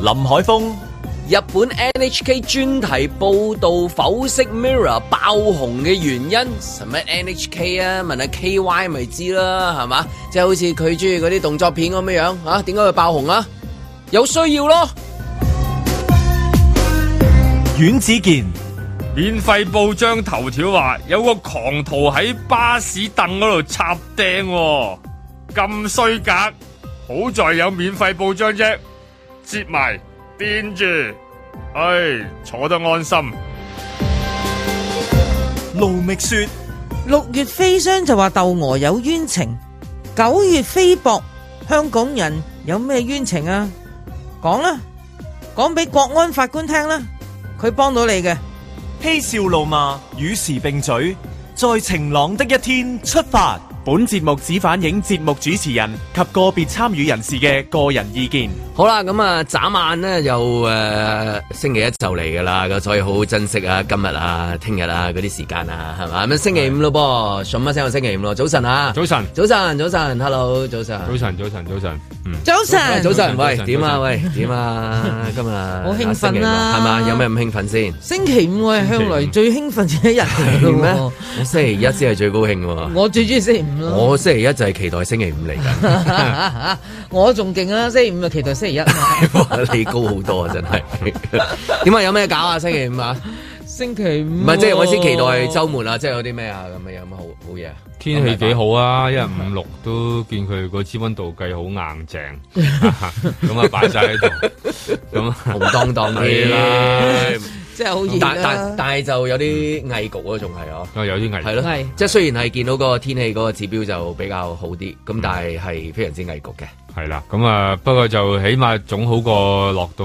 林海峰。日本 NHK 專題報導剖析 Mirror 爆紅嘅原因，什麼 NHK 啊？問下 KY 咪知啦，係嘛？即係好似佢中意嗰啲動作片咁樣樣嚇，點解佢爆紅啊？有需要咯。阮子健，免費報章頭條話有個狂徒喺巴士凳嗰度插釘、喎，咁衰格，好在有免費報章啫，接埋掂住，唉，坐得安心。盧覓雪，六月飛霜就話竇娥有冤情，九月飛雹，香港人有咩冤情啊？講啦，講俾國安法官聽啦，佢幫到你嘅。嬉笑怒罵，與時並舉，在晴朗的一天出發。本節目只反映節目主持人及個別參與人士嘅個人意見。好啦，咁啊，眨眼呢，又誒、呃星期一就嚟噶啦，咁所以好好珍惜啊，今日啊、聽日啊嗰啲時間啊，係嘛？咁星期五咯噃，順乜聲就星期五咯，早晨啊，早晨，早晨，早晨，hello，早晨。早晨，早晨，早晨，嗯，早晨，早晨，早喂晨，點早啊，晨喂，點啊，今日好興奮啦啊係嘛？有咩咁興奮先？星期五啊我係向來最興奮嘅一日嚟嘅係咩喎，？我 星期一先係最高興喎。我最中意星期五咯。我星期一就係期待星期五嚟緊， 我仲勁啊！星期五就期待星期一啊嘛你高好多啊！真係 點啊？有咩搞啊？星期五啊？星期五啊唔係即係我先期待週末啊！即係有啲咩啊？咁樣有乜好好嘢啊？天氣幾好啊！因為五六都見佢嗰支温度計好硬淨， 咁啊擺晒喺度，咁啊紅當當啲係啦，即係好熱啊但啦但但係就有啲翳焗咯，仲係哦。啊有啲危係咯係，即係雖然係見到個天氣嗰個指標就比較好啲，咁但係係非常之翳焗嘅。嗯係啦，咁啊，不過就起碼總好過落到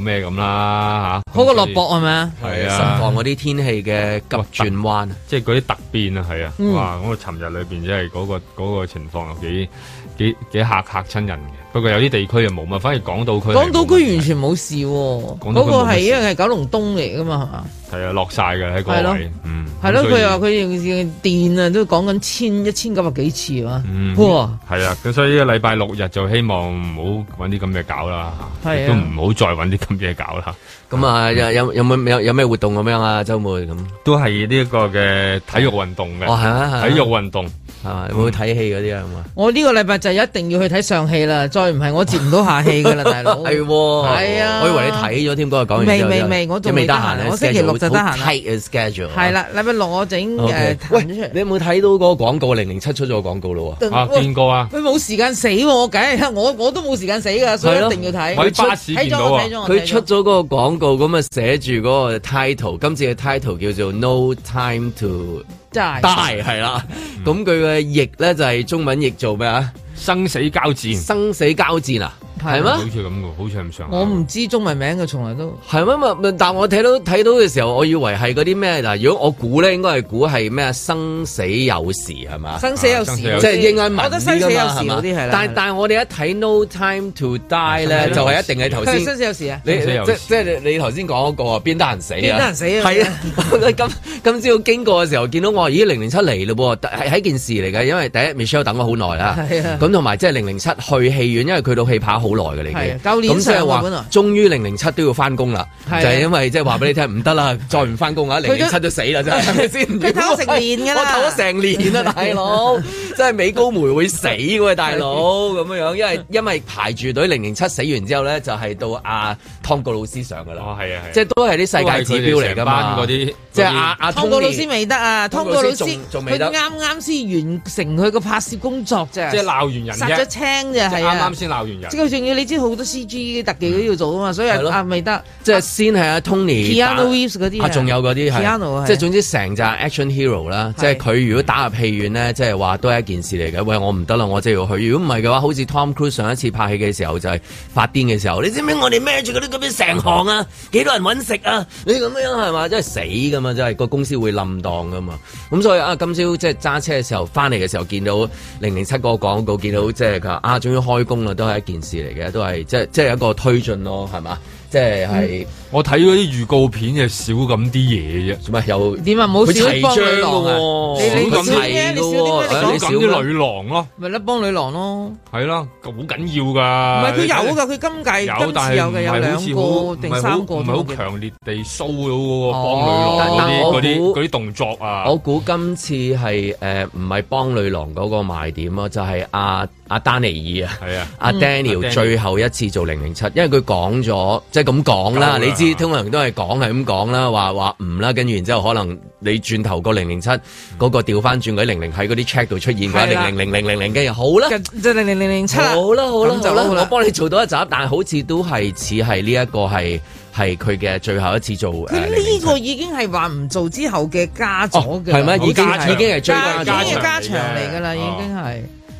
咩咁啦吓，好過落咁所以雹係咪啊？係慎啊，防嗰啲天氣嘅急轉彎。啊即係嗰啲突變啊，係啊，嗯哇！我尋日裏邊即係嗰個嗰個情況又啊幾幾幾嚇嚇親人嘅，不過有啲地區又冇嘛，反而港島區係港島冇乜區完全冇事喎，港島區嗰個冇乜係事因為係九龍東嚟噶嘛，係嘛？係啊落晒嘅喺係嗰咯位，嗯，係咯，咁所以佢話佢用電啊，都講緊千一千九百幾次啊嗯，哇！係啊，咁所以呢個禮拜六日就希望唔好揾啲咁嘅搞啦，嚇係啊亦都唔好再揾啲咁嘅搞啦。咁啊，有有有冇有有咩活動咁樣啊？周末咁，都係呢一個嘅體育運動嘅，哦係啊，係啊體育運動係嘛，會唔會睇戲嗰啲啊？咁啊，我呢個禮拜就一定要去睇上戲啦，再唔係我接唔到下 戲噶 啦，大佬。 係喎，係啊我以為你睇咗添，嗰日講完之後未未未我仲因為未得閒啊咧我星期六啊 schedule 就得閒啦好 tight 嘅 schedule 啊係。啦，禮拜六我整呃誒 OK 彈喂，咗出嚟你有冇睇到嗰個廣告？零零七出咗個廣告咯喎。啊，喂見過啊，佢冇時間死喎，我梗係我我都冇時間死㗎，所以係咯一定要睇。我喺巴士睇見咗到我啊睇咗我睇咗佢出咗嗰個廣告，咁啊寫住嗰個 title，今次嘅 title 叫做 No Time to 真係 Die，係啦。咁佢嘅譯咧就係中文譯做咩啊？生死交戰，生死交戰啊，係係咩好？似咁嘅，好似咁上下。我唔知中文名嘅，從來都係咩？咪咪但我睇到睇到嘅時候，我以為係嗰啲咩嗱？如果我估咧，應該係估係咩啊生死有時係啊嘛？生死有時，啊生死有時即係應該文我覺得生死啲㗎有嘛時係嘛嗰啲係啦。但但係我哋一睇 No Time to Die 咧，就係一定係頭佢係先生死有時啊，你生死有即時即係你你頭先講嗰個啊，邊得人死邊啊？得人死啊係啊！ 我今今朝經過嘅時候，見到我咦零零七嚟咯喎，係係一件事嚟嘅，因為第一 Michelle 等咗好耐啦，係啊咁同埋即係零零七去戲院，因為佢到戲跑好耐嘅嚟係啊嘅，舊年咁即係上啊話本來終於零零七都要翻工啦，係啊就係因為即係話俾你聽唔得啦，再唔翻工啊，零零七都死啦，真係係咪先？佢唞咗成年㗎啦 我唞咗成年啦，大佬，真係美高梅會死嘅喎，大佬咁樣樣，因為因為排住隊零零七死完之後咧，就係到阿湯告老師上㗎啦。哦，係啊，係啊即係都係啲世界指標嚟㗎嘛。都係佢哋成班嗰啲即係阿阿湯 Tony，告老師未得啊，湯湯告告老老師師仲仲佢未得啱啱先完成佢個拍攝工作啫，即係鬧完人殺咗啫，青啫，即係係啱啊啱。先鬧完人即。係佢仲要你知好多 C G 特技都要做啊嘛，所以係咯啊未得。即係先係阿 Tony 打 Keanu Reeves 嗰啲啊，仲有嗰啲 Keanu 係係，即係總之成扎 action hero 啦。係即係佢如果打入戲院咧，即係話都係一件事嚟嘅。喂，我唔得啦，我即係要去。如果唔係嘅話，好似 Tom Cruise 上一次拍戲嘅時候就係發癲嘅時候，你知唔知我哋孭住嗰啲咁樣成 行啊，幾多人揾食啊？你咁樣係嘛？真係死㗎嘛，真係個公司會冧檔㗎嘛。咁所以啊，今朝即係揸車嘅時候翻嚟嘅時候見到零零七嗰個廣告，見到即係佢話啊，終於開工啦，都係一件事嚟嘅，都係即係即係一個推進咯，係嘛？即係係我睇嗰啲預告片就少咁啲嘢啫，做乜有？點啊？冇佢少齊幫章女郎嘅啊？喎，你你少咁少咩齊嘅你少啲咩喎，你啊少你咁少咩啲女郎咯，咪咧幫女郎咯。係啦，好緊要啊㗎。唔係佢有㗎，佢今屆有，但今次係有唔嘅，有係好兩似好個定三個唔都係冇好嘅。強烈地騷擾哦嗰個幫女郎嗰啲嗰但啲我估嗰啲動作啊。我估今次係誒唔係幫女郎嗰個賣點咯，就係阿阿丹尼爾啊。係啊，阿 Daniel Daniel 最後一次做零零七，因為佢講咗，即係咁講夠啦啦。你知通常都係講係咁講啦，話話唔啦，跟住然之後可能你轉頭個零零七嗰個調翻轉嗰零零喺嗰啲 check 度出現嘅係啦零零零零零零，跟住好啦。就就零零零零七啦，好啦好啦咁好就啦，好啦我幫你做到一集，但係好似都係似係呢一個係係佢嘅最後一次做。佢誒007呢個已經係話唔做之後嘅加咗哦嘅，係咩？已經加長已經係追加加已經咗長係加長嚟㗎啦，已經係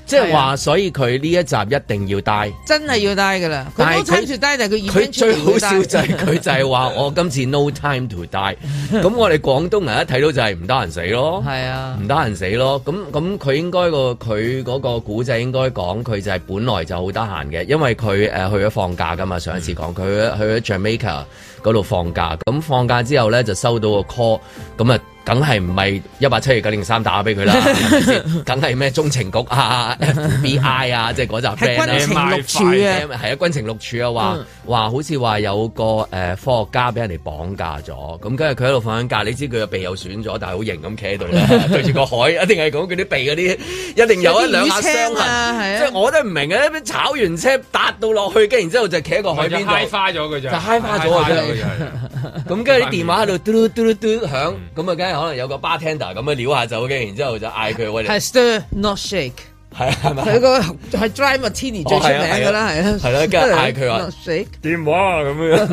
即係話，所以佢呢一集一定要帶。真係要 die 㗎啦。佢但 no 係佢 time to die，但係佢佢最好笑就係佢就係係話我今次 no time to die，咁我哋廣東人一睇到就係唔得閒死咯，係啊，唔得閒死咯。咁咁佢應該個佢嗰個古仔應該講佢就係本來就好得閒嘅，因為佢誒、呃去咗放假噶嘛。上一次講佢去咗去咗 Jamaica 嗰度放假，咁放假之後咧就收到個 call，咁啊。梗係唔係一八七二九零三打 俾佢啦，係咪先梗係咩中情局啊、FBI 啊，即係嗰集 friend 係啦軍情六處係嘅，啊，軍情六處啊，話話好似話有個誒、呃科學家俾人哋綁架咗，咁跟住佢喺度放緊假，你知佢嘅鼻又損咗，但係好型咁企喺度咧，對住個海，一定係講佢啲鼻嗰啲，一定有一兩有啲淤下傷青啊係痕，啊即係我都唔明嘅，炒完車搭到落去，跟住然之後就企喺個海邊就嗨度。花咗佢就就嗨花咗啊真係咁跟住啲電話喺度嘟嘟嘟嘟嘟響，咁啊梗係可能有個 bartender 咁樣撩下走嘅，然之後就嗌佢喂你，係 stir not shake。係係咪？佢個係 dry martini 最出名㗎啦，係啊，係啦跟住嗌佢話 not shake。電話咁樣，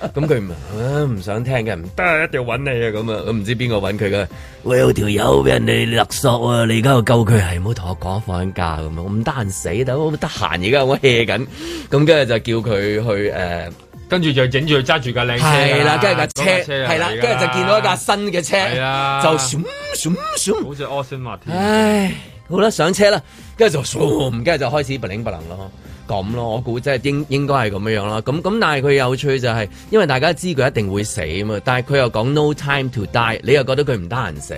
咁佢唔啊唔想聽嘅，唔得啊，一定要揾你啊！咁啊，咁唔知邊個揾佢嘅？喂，有條友俾人哋勒索啊！你而家要救佢，係唔好同我講放緊假咁樣，我唔得閒死，但我得閒而家我 hea 緊，咁跟住就叫佢去誒，跟住就影住佢揸住架靚車㗎，係啦，跟住架嗰架車車啊係啦，跟住就見到一架新嘅係啊車，啦，就閃閃閃，好似 Austin Martin，唉，好啦，上車啦，跟住就唰，跟住就開始不靈不能咯。咁咯，我估即係應應該係咁樣樣啦。咁咁，但係佢有趣就係、因為大家知佢一定會死啊嘛，但係佢又講 no time to die，你又覺得佢唔得閒死，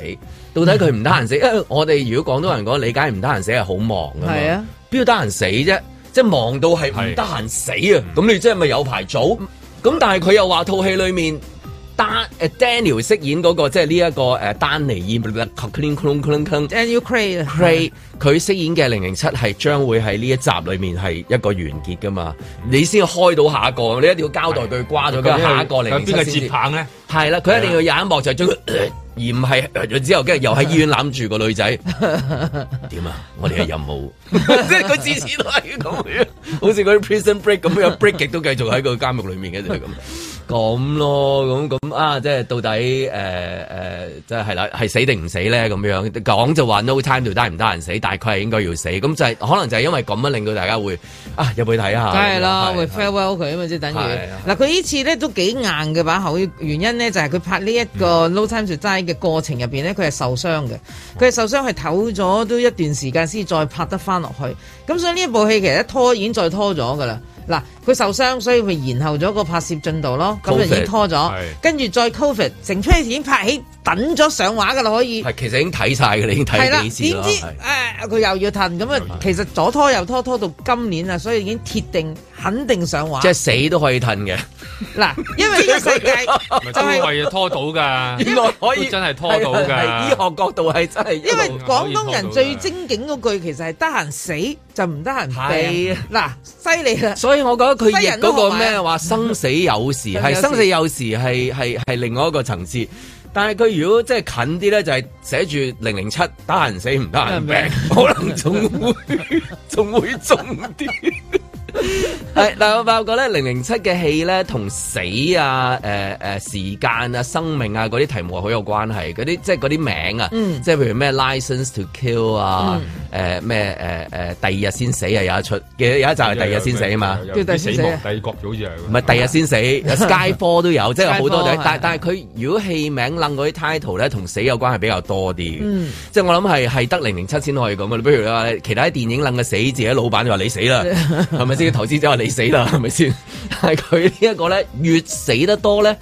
到底佢唔得閒死？因為我哋如果廣東人講理解唔得閒死係好忙啊嗯嘛，係啊，邊度得閒死啫？即係忙到係唔得閒死啊！咁你即係咪有排做？咁但係佢又話套戲裡面。丹誒呃 Daniel 飾演嗰、個即係呢一個誒丹尼爾 And you crave 啊 Cray 佢飾演嘅零零七係將會喺呢一集裏面係一個完結噶嘛，你先開到下一個，你一定要交代佢瓜咗嘅下一個零零邊個七接先至棒啊咧？係啦，佢一定要有一幕就係將佢，呃而唔係呃咗之後，跟住又喺醫院攬住個女仔，點啊？我哋嘅任務， 即係佢次次都係咁樣， 好似嗰啲 prison break 咁樣，break 極都繼續喺個監獄裡面嘅就係咁。咁咯，咁咁啊，即係到底誒誒，即係係啦，係死定唔死咧？咁樣講就話 no time to die 唔得閒死，大概係應該要死。咁就係、可能就係因為咁樣令到大家會啊入去睇下。梗係啦，會係 farewell 佢啊嘛，即係等於係啊嗱，佢呢次咧都幾硬嘅把口，原因咧就係佢拍呢一個嗯 No Time to Die 嘅過程入邊咧，佢係受傷嘅，佢係受傷係唞咗都一段時間先再拍得翻落去，咁所以呢一部戲其實一拖已經再拖咗噶啦。嗱，佢受傷，所以咪延後咗個拍攝進度咯，咁就已經 Covid，拖咗係，跟住再 Covid，成出戲已經拍起，等咗上畫噶啦，可以。係其實已經睇晒嘅，你已經係啦，睇點幾次啦。知係誒佢又要褪咁啊？其實左拖右拖拖到今年啊，所以已經鐵定肯定上畫即。係死都可以褪嘅，嗱，因為呢個世界咪就都係係啊拖到㗎。原來可以都真係拖到㗎係醫學角度係真係一路因為廣東人最精警嗰句其實係得閒死就唔得閒病係。啊嗱，犀利啦！所以我覺得佢西譯人都嗰學個埋啊咩話生死有時係生生死死有時係係係另外一個層次。但係佢如果即係近啲咧，就係寫住零零七得閒死唔得閒病，可能仲會 仲會重啲。係，但我發覺咧，零零七嘅戲咧，同死啊、誒、誒時間啊、生命啊嗰啲題目係好有關係，嗰啲即係嗰啲名啊，嗯嗯即係譬如咩 license to kill 啊、誒、誒咩誒誒第二日先死啊有一出，記得有一集係第二日先死啊嘛。叫第二日先死啊死亡帝國好似係。唔係第日先死，Skyfall 都有，即係好多 Skyfall，嘅係但但係佢如果戲名楞嗰啲 title 咧，同死有關係比較多啲嘅。嗯即係我諗係係得零零七先可以咁嘅。啊你不如你話其他啲電影楞嘅死字咧，老闆就話你死啦，係咪先？投資者話你死啦，係咪先？ 但係佢呢一個咧，越死得多咧，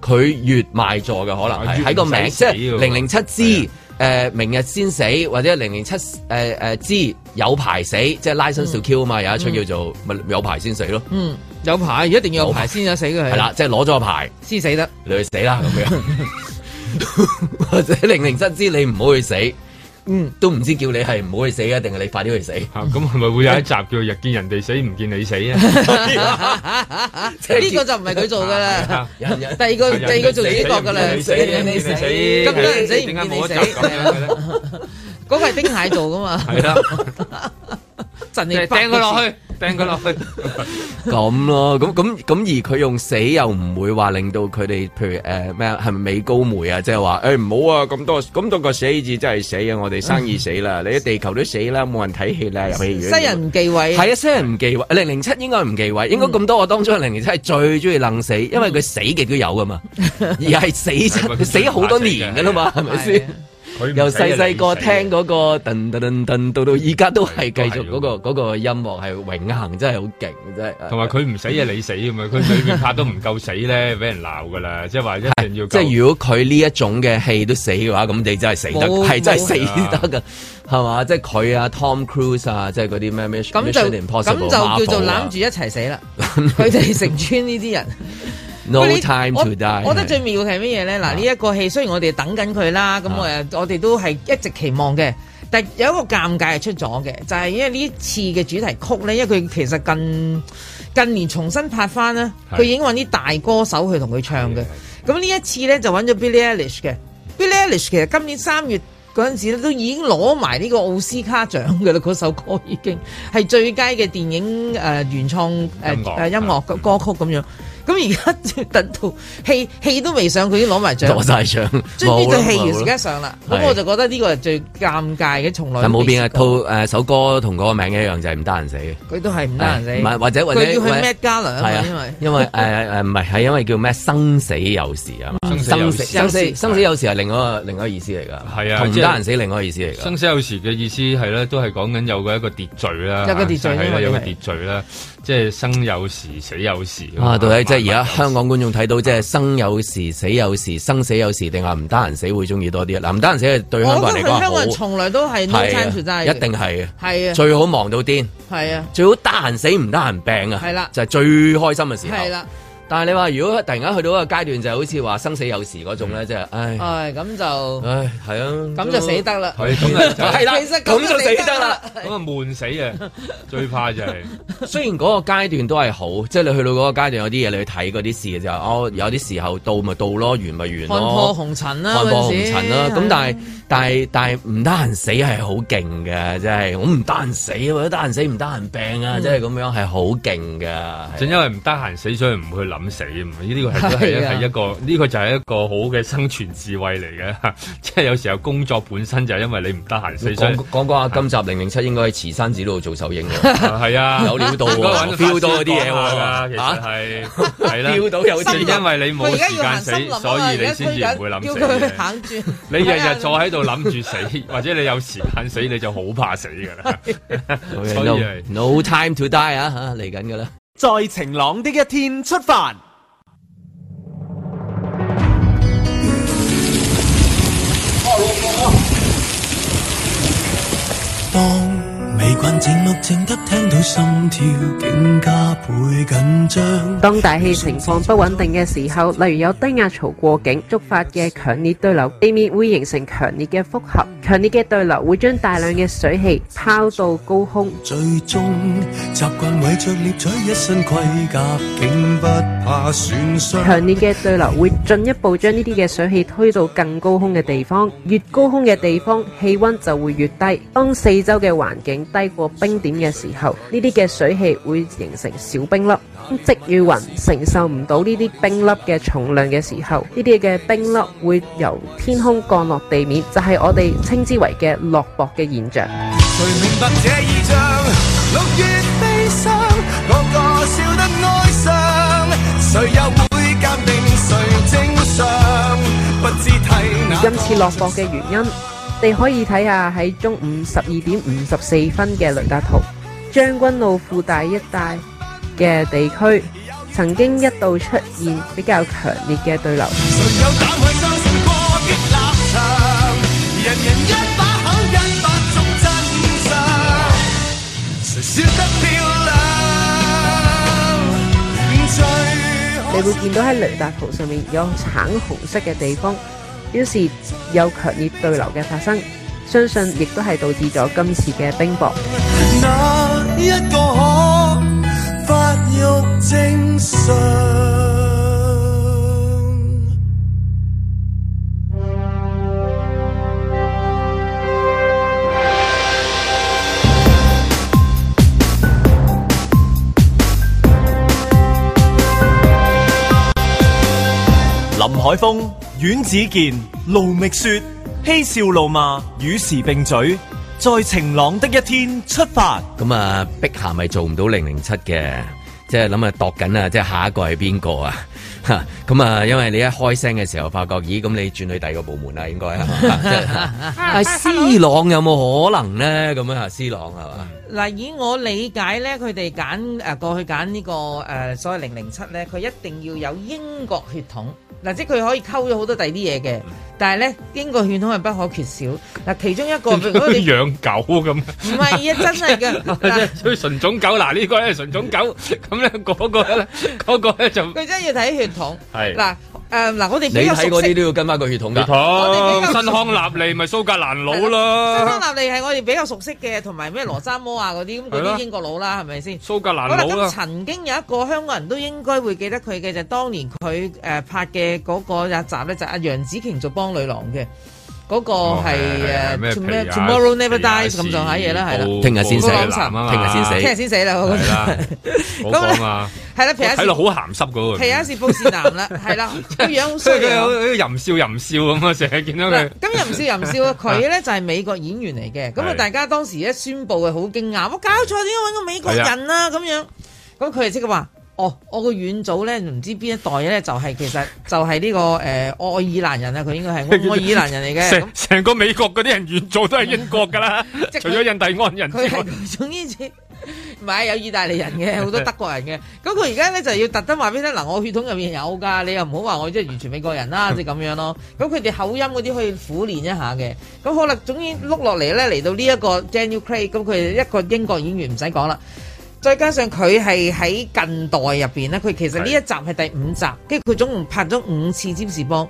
佢越賣座嘅可能啊係越喺個唔使名，即死係喎零零七係啊之。誒、明日先死，或者零零七誒誒之有排死，即係 license to kill 啊嘛，有一出叫做咪、有排先死咯，嗯，有排一定要有排先有死嘅係係，啦，即係攞咗個牌。先死得。你去死啦 咁樣，或者零零七知你唔好去死，嗯，都唔知叫你係唔好去死啊，定係你快啲去死？嚇咁係咪會有一集叫日見人哋死唔見你死啊？ 即係呢個就唔係佢做噶啦，人人第二個第二個做主角噶啦，人哋死唔見你死咁多人死唔見點解你冇死一集咁樣嘅咧？ 嗰個係丁蟹做噶嘛，係 啦，陣你掟白佢落去，掟佢落 去。咁咯，咁咁咁而佢用死又唔會話令到佢哋，譬如誒咩啊係咪美高梅啊，即係話誒唔好啊咁多咁多個死字真係死啊，我哋生意死 啦，你喺地球都死啦，冇人睇戲啦，入戲院。西人唔忌諱，係啊，雖然唔忌諱，零零七應該唔忌嗯諱，應該咁多我當中零零七係最中意愣死，因為佢死極都有 噶嘛，而係 死係佢死咗好多年噶啦嘛，係咪先？佢唔由死就細細個聽嗰個噔噔噔噔，到到依家都係繼續都係嗰喎個嗰個音樂係永恆，真係好勁，真係。同埋佢唔死啊，你死咁嘛，佢裏面拍都唔夠死咧，俾人鬧噶啦，即係話一定要夠。即係如果佢呢一種嘅戲都死嘅話，咁你真係死得，冇係真係冇死得噶，係嘛？即係佢啊，Tom Cruise 啊，即係嗰啲咩咩咁 Mission 就 Impossible 咁就叫做 Marvel 啊攬住一齊死 啦。佢哋成村呢啲人。 No 喂你 Time 我 to Die。我覺得最妙嘅係乜嘢咧？嗱，呢一個戲雖然我哋等緊佢啦，咁我誒呃我哋都係一直期望嘅。但有一個尷尬係出咗嘅，就係、因為呢次嘅主題曲咧，因為佢其實近近年重新拍翻啦，係佢已經揾啲大歌手去同佢唱嘅。咁呢一次咧就揾咗 Billie Eilish 嘅，Billie Eilish 其實今年三月嗰陣時咧都已經攞埋呢個奧斯卡獎嘅啦，嗰首歌已經係最佳嘅電影誒、呃原創誒音誒樂音樂嘅歌曲咁樣。咁而家 等到戲戲都未上，佢已經攞埋獎攞，晒獎，終於冇啦對戲完冇啦而家上啦。冇啦咁我就覺得呢個係最尷尬嘅，從來但都冇未變啊，試過套誒首歌同嗰個名一樣，就係唔得人死嘅。佢都係唔得人唔係死，或者或者佢要去或者 Met Gala 啊嘛，係啊因為，因為誒誒唔係係因為叫咩生死有時啊嘛，生死有時生有死時生死有時係另一個啊另一個意思嚟㗎，係啊同唔即得係人死另一個意思嚟㗎。生死有時嘅意思係咧，都係講緊有個一個秩序啦，有個秩序係因啦，為有個係秩序啦，即係生有時，死有時啊，到底即係而家港香港觀眾睇到即係生有時、死有時、生死有時，定係唔得人死會中意多啲啊？嗱，唔得人死係對香我港覺人得嚟講佢香港人係好從來都係 no 係 time 啊 to die 嘅一定係嘅，係啊，最好忙到癲，係啊。最好得閒死唔得閒病啊，係啦就係最開心嘅時候。係啦，但係你話如果突然間去到一個階段，就好似話生死有時嗰種咧，即係唉唉，咁就唉係啊，嗯哦咁就死得啦。係咁啊，就係係啦，其實咁就死得啦。。咁啊悶死啊！最怕就 係 雖然嗰個階段都係好，即係你去到嗰個階段有啲嘢你去睇嗰啲事就係哦，有啲時候到咪到咯，完咪完看破咯。紅塵啦，看破紅嗰陣時塵啦，係咁但係但係但係唔得閒死係好勁嘅，真係我唔得閒死或者得閒死唔得閒病啊，即係咁樣係啊好勁嘅。正因為唔得閒死，所以唔去諗死啊嘛。呢個係都係係啊係一個呢個就係一個好嘅生存智慧嚟嘅， 即係有時候工作本身就係因為你唔得閒死，所以講講講下今集零零七應該喺慈山寺度做首映嘅，係啊，有料到應該揾喎個，feel 到嗰啲嘢法師講下㗎喎，嚇其實係係啦 feel 到有正啲因為你佢而冇家要時間行死森林，啊所嘛，以而你家先推至唔會諗緊死叫佢去嘅。行轉。你日 日坐喺喺度諗住死，或者你有時間死，你就好怕死噶啦。所以係 no no time to die 啊嚇嚟緊㗎啦。在晴朗的一天出發。當未慣靜默靜得聽到心跳，竟加倍緊張。當大氣情況不穩定嘅時候，例如有低壓槽過境觸發嘅強烈對流，地面會形成強烈嘅複合。強烈嘅對流會將大量嘅水氣拋到高空，最終習慣為着獵取一身盔甲，竟不怕損傷。強烈嘅對流會進一步將呢啲嘅水氣推到更高空嘅地方。越高空嘅地方，氣温就會越低。當四周嘅環境低過冰點嘅時候，呢啲嘅水氣會形成小冰粒。當積雨雲承受唔到呢啲冰粒嘅重量嘅時候，呢啲嘅冰粒會由天空降落地面，就係、我哋稱之為嘅落雹嘅現象。在谁明白這意象？六月悲傷，個個笑得哀傷，誰又會鑑定誰正常？不知替那個今次落雹嘅原因，你可以睇下喺中午十二點五十四分嘅雷達圖，將軍澳附帶一帶嘅地區曾經一度出現比較強烈嘅對流。誰有膽去相信過激立場？人人一把口，一百種真相。誰笑得漂亮？最可你會見到喺雷達圖上面有橙紅色嘅地方，表示有強烈對流嘅發生，相信亦都係導致咗今次嘅冰雹。那一個可發育正常？林海峰、阮子健、卢觅雪，嬉笑怒骂，与时并举，在晴朗的一天出发。咁啊，碧霞咪做唔到零零七嘅，即係諗啊度緊啊，即係下一個係邊個啊？嚇咁啊，因為你一開聲嘅時候，發覺咦，咁你轉去第二個部門啦，應該係嘛即係啊？C 朗有冇可能咧？咁樣啊，C 朗係嘛？嗱，以我理解咧，佢哋揀誒過去揀呢、個誒、呃所謂零零七咧，佢一定要有英國血統。嗱，即係佢可以溝咗好多第啲嘢嘅，但係咧英國血統係不可缺少。嗱，其中一 個如果你養狗咁，唔係啊，真係嘅，嗱即係純種狗。嗱，呢個咧係純種狗，咁咧嗰個咧，嗰個咧就佢真係要睇血統。係嗱誒嗱，我哋你比較睇熟嗰悉啲都要跟翻個血統㗎。我哋比較同新康納利咪蘇格蘭佬新啦，康納利係我哋比較熟悉嘅，同埋咩羅渣摩啊嗰啲，咁嗰係啦啲英國佬啦，係咪先？蘇格蘭好啦，佬咁啦。曾經有一個香港人都應該會記得佢嘅，就係當年佢誒、呃拍嘅嗰個日集咧，就係阿楊紫瓊做幫女郎嘅，嗰、個哦係係係誒咩做咩皮亞啊 Tomorrow Never 皮亞 Dies 咁上下嘢啦，係啦，報聽日先死報道男啊嘛聽日先死聽日先死啦，嗰個係啦，我講啊，係啦，皮亞睇落士好鹹濕嗰個，皮亞士布士男啦，係啦，個 樣好所衰以佢啊好好似淫笑淫笑咁啊，成日見到嗱佢，咁又唔笑又唔笑啊！佢咧就係美國演員嚟嘅，咁啊係大家當時一宣佈係好驚訝，我搞錯點解揾個美國人啊咁樣？咁佢就即刻話：哦，我個遠祖咧唔知邊一代咧，就係其實就係呢個誒愛爾蘭人啊，佢應該係 愛愛爾蘭人嚟 嘅。咁成成個美國嗰啲人原做都係英國㗎啦， 即係除佢咗印第安人之佢外係。總之似唔係有意大利人嘅，好多德國人嘅。咁佢而家咧就要特登話俾你聽，嗱我血統入面有㗎，你又唔好話我即係完全美國人啦，即係咁樣咯。咁佢哋口音嗰啲可以苦練一下嘅。咁好啦，總之碌落嚟咧，嚟到呢一個 Daniel Craig，咁佢一個英國演員唔使講啦。再加上佢係喺近代入邊咧，佢其實呢一集係第五集，跟住佢總共拍咗五次《占士邦》，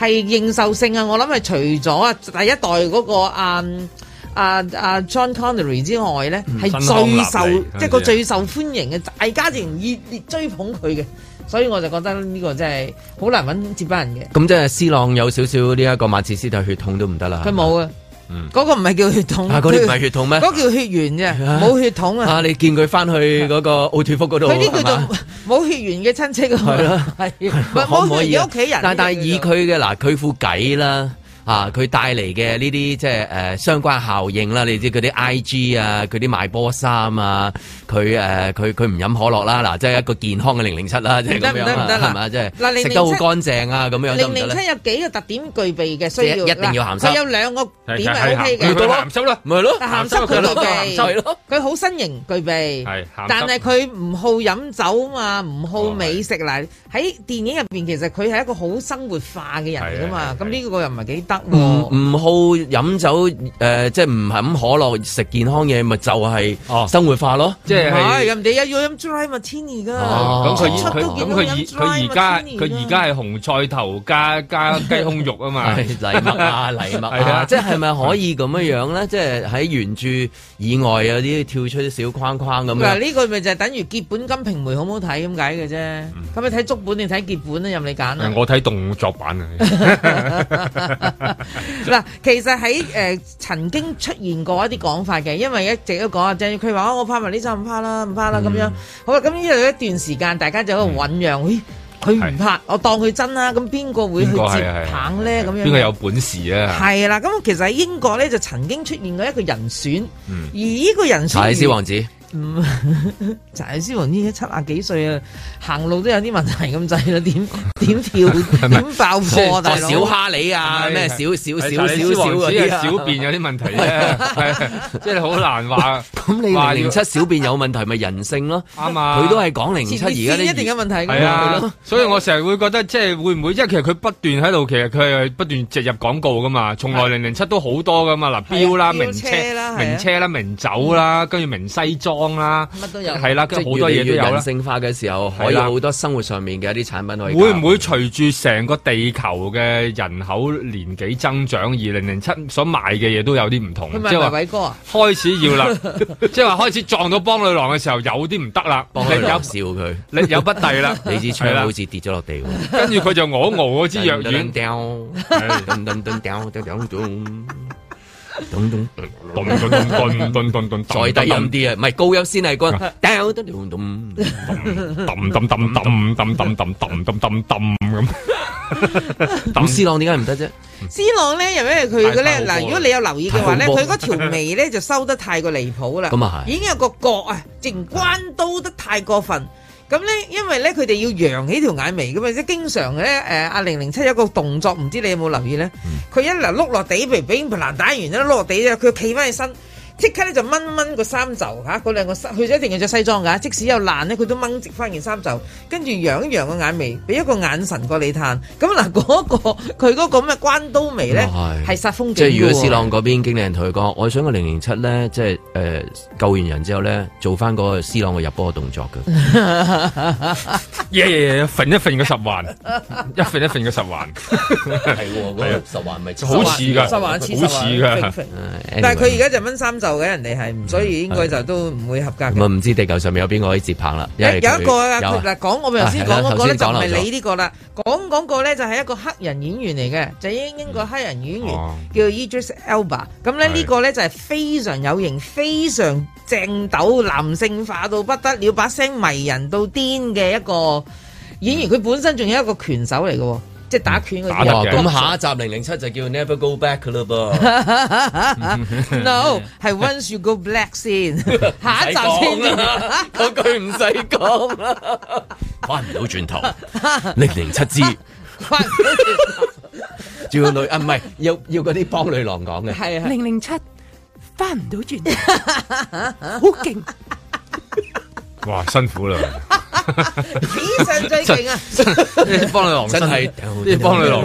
係認受性啊！我諗係除咗啊第一代嗰、個啊啊啊 John Connery 之外咧，嗯係新康最納利受嗰啲即係個啊最受歡迎嘅，大家仍熱烈追捧佢嘅，所以我就覺得呢個真係好難揾接班人嘅。咁即係 C 朗有少少呢一個馬切斯特血統都唔得啦。佢冇啊，嗰、個唔係叫血統，嗯啊，嗰啲唔係血統嗰？咩個叫血緣啫，冇血統啊。啊，你見佢翻去嗰個奧脱福嗰度，佢呢係嘛叫做冇血緣嘅親戚咁係咯啊，係可冇唔可血以緣嘅啊？屋企人。但但係以呢個叫做佢嘅嗱，佢副計啦。啊！佢帶嚟嘅呢啲即係誒相關效應啦，你知佢啲 I G 啊，佢啲賣波衫啊，佢誒佢佢唔飲可樂啦，嗱，即係一個健康嘅零零七啦，即係咁唔得唔樣得唔啊得啦係嘛？即嗱係007食得好乾淨啊，咁零樣得唔得零咧？七有幾個特點具備嘅需要，即係一定要鹹濕嗱佢有兩個點係 O K 係係係嘅係，到咯鹹濕啦，咪係咯，鹹濕佢具鹹濕係備咯，佢好身形具備。係鹹但濕係佢唔好飲酒嘛，唔好哦係美食嗱。喺電影入邊，其實佢係一個好生活化嘅人嚟噶嘛。係係咁呢個又唔係幾得唔喎。唔好飲酒誒、即係唔飲可樂，食健康嘢，咪就係哦生活化咯。即唔係，係。人哋又要飲 dry martini 㗎。Ờ. 哦咁佢出佢都見咁到佢飲而 dry 佢而家 martini 佢而家係紅菜頭加 加雞胸肉啊嘛，係禮 物啊，禮物係啊，啊即係咪可以咁樣樣咧？即係喺原著以外有啲跳出啲小框框咁嗱，樣。呢個咪就係等於結本金瓶梅好唔好睇咁解嘅啫。咁你睇足本定睇結本咧，任你揀啦。我睇動作版啊， 嗱，其實喺誒、呃曾經出現過一啲講法嘅，因為一直都講啊，鄭佢話嗯啊我拍埋呢集唔拍啦，唔拍啦咁樣。好啦，咁呢度有一段時間，大家就喺度醖釀，咦、佢唔拍，我當佢真啦。咁邊個會去邊個係接係棒咧？咁樣邊個有本事啊？係啦。咁其實喺英國咧就曾經出現過一個人選，嗯而呢個人選查理斯王子唔查理斯王呢七啊幾歲啊，行路都有啲問題咁滯啦，點點跳點爆 破啊，大佬小哈里啊，係咩小小小小小小王子嗰係啲啊小便有啲問題啊啫，係 即係好難話 咁你話要零零七小便有問題咪人性咯？啱啊。佢都係講零前零七列而家腺啲一定有問題㗎嘛係啊，所以我成日會覺得即係會唔會，因為其實佢不斷喺度，其實佢係不斷植入廣告噶嘛，從來零零七都好多噶嘛，嗱啊表啦、表名車車啦係啊、嗯名車啦、名酒啦，跟住名西裝啦，乜都有。係啦，即跟係住好多嘢都越嚟有越人啦。性化嘅時候，可以係啦好多生活上面嘅一啲產品可以。會唔會？隨住成個地球嘅人口年紀增長，而零零七所賣嘅嘢都有啲唔同佢？咪即係埋話偉哥啊？開始要啦， 即係話開始撞到幫女郎嘅時候，有啲唔得啦，幫佢你搞有笑佢，你有不遞啦， 你支槍係啦好似跌咗落地喎。跟住佢就我熬嗰支藥丸。掉，噔噔噔掉，噔噔噔，噔噔，咚咚咚咚咚咚咚，再低音啲啊，唔係高音先係嗰個掉噔噔噔，咚咚咚咚咚咚咚咚咚咚咚咁。咁斯朗點解唔得啫？ C 朗咧，又因為佢嘅咧，太嗱，太如果你有留意嘅話咧，太佢恐嗰條眉咧就收得太過離譜啦，咁啊係已經有個角啊，淨關刀得太過分。咁咧，因為咧佢哋要揚起條眼眉噶嘛，即係經常咧，誒阿零零七有個動作，唔知你有冇留意咧？嗯佢一嚟碌落地，譬如俾蘭打完啦，碌落地啫，佢企翻起身，即刻咧就掹掹個衫袖嚇，嗰兩個衫，佢一定要着西裝㗎，即使有爛咧，佢都掹直翻件衫袖，跟住揚一揚個眼眉，俾一個眼神過你嘆。咁嗱，嗰、個佢嗰個咩關刀眉咧，啊係係殺風景即係如㗎果斯喎。朗嗰邊經理人同佢講，我想個零零七咧，即係誒救完人之後咧，做翻嗰個斯朗嘅入波嘅動作嘅，耶耶耶，揈一揈個十環，一揈一揈個十環，係喎，嗰個十環咪好似㗎，實話好黐實話似㗎。平平但但係佢而家就掹衫袖嘅，人哋係，所以應該就都唔會合格嘅咁啊，。唔知地球上面有邊個可以接棒啦？因誒為佢有一個啊，有佢嗱講我咪頭先講嗰個啊係啦頭先咧，就講唔漏咗係你呢個啦。講嗰個咧就係一個黑人演員嚟嘅，就英英國黑人演員哦叫 Idris Elba。咁咧係呢個咧就係非常有型、非常正斗、男性化到不得了，把聲迷人到癲嘅一個演員。佢本身仲有一個拳手嚟嘅喎，即係打拳嗰打得哇啲嘅啊咁嗯 下一集零零七就叫 Never Go Back 㗎嘞噃。 人。No，係 Once You Go Black 先，下一集先。嗰句唔使講 啦，翻唔到轉頭，零零 七支，要女啊唔係要要嗰啲幫女郎講嘅，係啊。零零七翻唔到轉 頭，好勁！哇，辛苦啦！ 史上最勁啊！ 幫女郎真係啲幫女郎，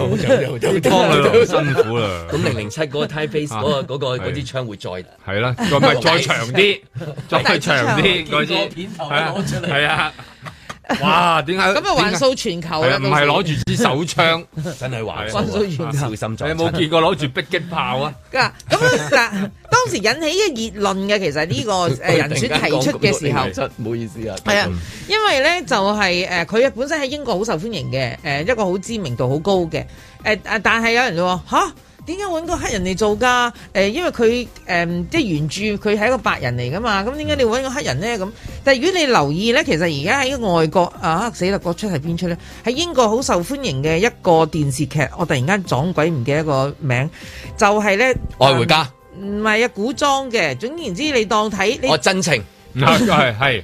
幫女郎辛苦啦。啊咁零零七嗰個 type face 嗰個嗰個嗰支槍會再係啦，再咪再長 啲， 再長啲嗰個啲，片頭係啊攞出嚟，係啊，哇，點解咁啊，點橫解掃全球係啦，啊，唔係攞住支手槍， 真係玩分數完小心你撞有冇親。見過攞住迫擊 炮啊？噶。咁咧嗱，當時引起嘅熱論嘅，其實呢個 誒人選提出嘅時候。候，唔好意思啊，係啊，因為咧就係、誒，佢、本身喺英國好受歡迎嘅，誒、呃一個好知名度好高嘅，誒、誒，但係有人就話吓，點解揾個黑人嚟做㗎？誒、因為佢誒、即係原著佢係一個白人嚟㗎嘛，咁點解你揾個黑人咧？咁但係如果你留意咧，其實而家喺外國啊死啦，國出係邊出咧？喺英國好受歡迎嘅一個電視劇，我突然間撞鬼唔記得個名，就係、咧愛回家，唔係啊古裝嘅，總言之你當睇你我。哦真情，係係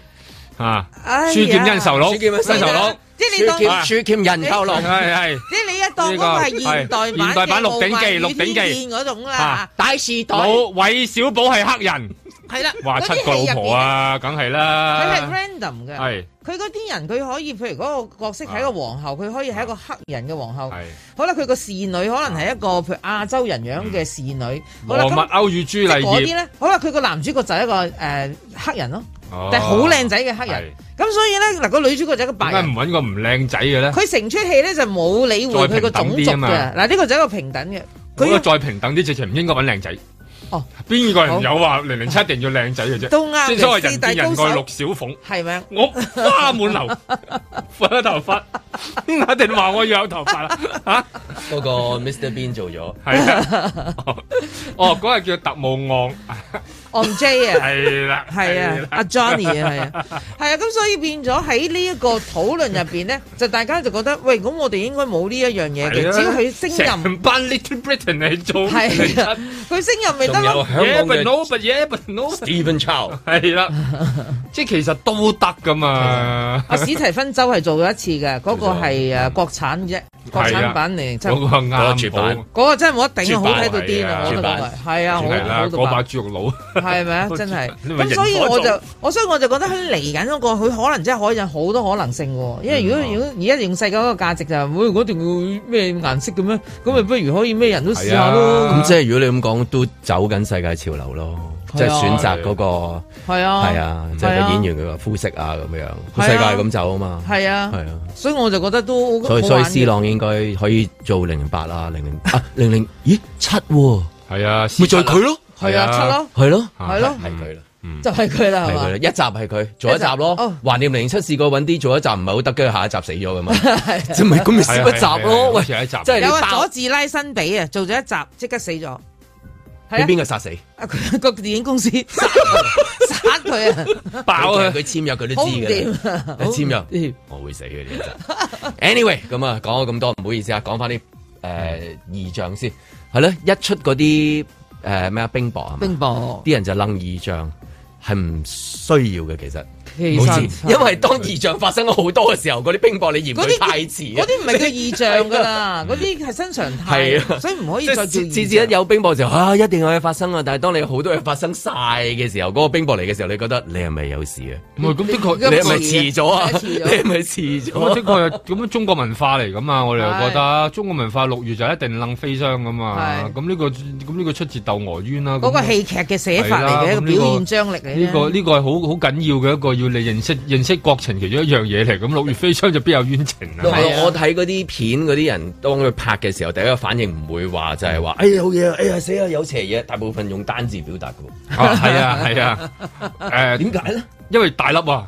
啊，哎呀書劍恩仇錄，書劍恩仇恩仇錄，即係你當書劍書劍人頭龍，係係即係你一當嗰個係現代版呢個係現代版嘅《鹿鼎記記》《鹿鼎記嗰種啦啊，大時代老韋小寶係黑人，係啦， 哇，嗰啲七個老婆啊，梗係戲入邊！佢係啦， random 嘅，係佢嗰啲人佢可以，譬如嗰個角色係一個皇后，佢可以係一個黑人嘅皇后，係好啦，佢個侍女可能係一個譬如亞洲人樣嘅侍女，好啦，嗯羅密咁歐與朱即係麗嗰啲葉，咧，好啦，佢個男主角就係一個誒黑人咯，哦但係好靚仔嘅黑人，咁所以咧嗱個女主角就係一個白點解人唔。揾個唔靚仔嘅咧？佢成出戲咧就冇理會佢個種族再平等啲啊嘛嘅，嗱呢個就係一個平等嘅。嗰個佢再平等啲，直情唔應該揾靚仔。哦，邊個人有話零零七一定要靚仔嘅啫？都啱先所謂嘅人見人愛陸小鳳，係咪啊？我花 滿樓，甩頭髮， 一定話我要有頭髮啦嚇。 嗰個 Mr Bean 做咗。 係啊，哦，哦嗰日叫特務案， on J 啊。係啦，係啊，阿 Johnny 啊，係啊，係啊，咁所以變咗喺呢一個討論入邊咧，就大家就覺得，喂，咁我哋應該冇呢一樣嘢嘅，只要佢升任，啊成班 Little Britain 嚟做，係 啊，佢升任咪得仲有咯，香港 Yeah, but 嘅 no, but yeah, but no， Stephen Chow。係啦， 即係其實都得噶嘛，阿史提芬周係做咗一次嘅，嗰個係誒國產啫，國產品嚟，真啊嗰係個啱嗰個絕好版。嗰個真係冇得頂啊，絕好版睇到癲啊，我覺得絕嗰版個係啊，好係啦，好到嗰把爆。豬肉 佬，係咪啊？都真係你咪咁，人所以所我就做我所以我就覺得喺嚟緊嗰個，佢可能真係可以有好多可能性喎。因為如果嗯如果而家用世界嗰個價值就係，會嗰段會咩顏色嘅咩？咁咪不如可以咩人都試下啊咁咯。即係如果你咁講，都走緊世界潮流咯，係啊即係選擇嗰個係啊，係啊，即係個演員佢個膚色啊咁樣，個世界咁走啊嘛，係啊，係啊。所以我就覺得都好所以好所以玩嘅 C 朗應該可以做零零八啊，零零啊零零，咦七喎，係啊，咪就係佢咯，係啊，係啊出咯，係咯，係咯，係佢啦。就係佢啦，係係佢啦，嘛？一集係佢做一集一集哦咯，懷念零零七試過揾啲做一集唔係好得，跟住下一集死咗 噶嘛，啊咁咪咁咪少一集咯，喂，有一集，即係你有啊，爆佐治拉辛比啊，做咗一集即刻死咗。俾係邊個殺死？啊，佢 個電影公司殺 佢殺佢啊， 爆佢啊其實！佢簽約佢好都唔知嘅掂。啊！你簽好唔掂約，我會死嘅呢一集 Anyway，咁啊，講咗咁多，唔好意思啊，講翻啲誒異象先，係咯，一出嗰啲誒咩啊冰雹啊，冰雹。啲人就楞異象，係唔需要嘅其實。其好似實因為當異象發生咗好多嘅時候，嗰啲冰雹你嫌嗰啲佢太遲嗰啊。啲唔係叫異象 㗎啦，嗰啲係新常態，係啊所以唔可以再即係叫次次異次一象。有冰雹就啊，一定有嘢發生啊！但係當你好多嘢發生晒嘅時候，嗰、個冰雹嚟嘅時候，你覺得你係咪有事啊？唔係咁的確，咁你係咪遲遲咗啊？係 你遲咗係咪遲咁啊咗的確啊？係咁樣中國文化嚟噶嘛，我哋又覺得中國文化六月就一定楞飛霜噶嘛係。咁呢個咁呢個出自竇娥冤啦。嗰個咁戲劇嘅寫法嚟嘅，一個係啦表現張力嚟嘅。呢個呢個係好好緊要嘅一個要你認識認識國情其中一樣嘢嚟，咁六月飛霜就必有冤情我啊！係啊我睇嗰啲片，嗰啲人當佢拍嘅時候，第一個反應唔會話就係話，嗯哎呀好嘢啊，哎呀死啊有邪嘢，大部分用單字表達嘅啊係啊係 啊，誒，喎。點解咧？因為大粒啊！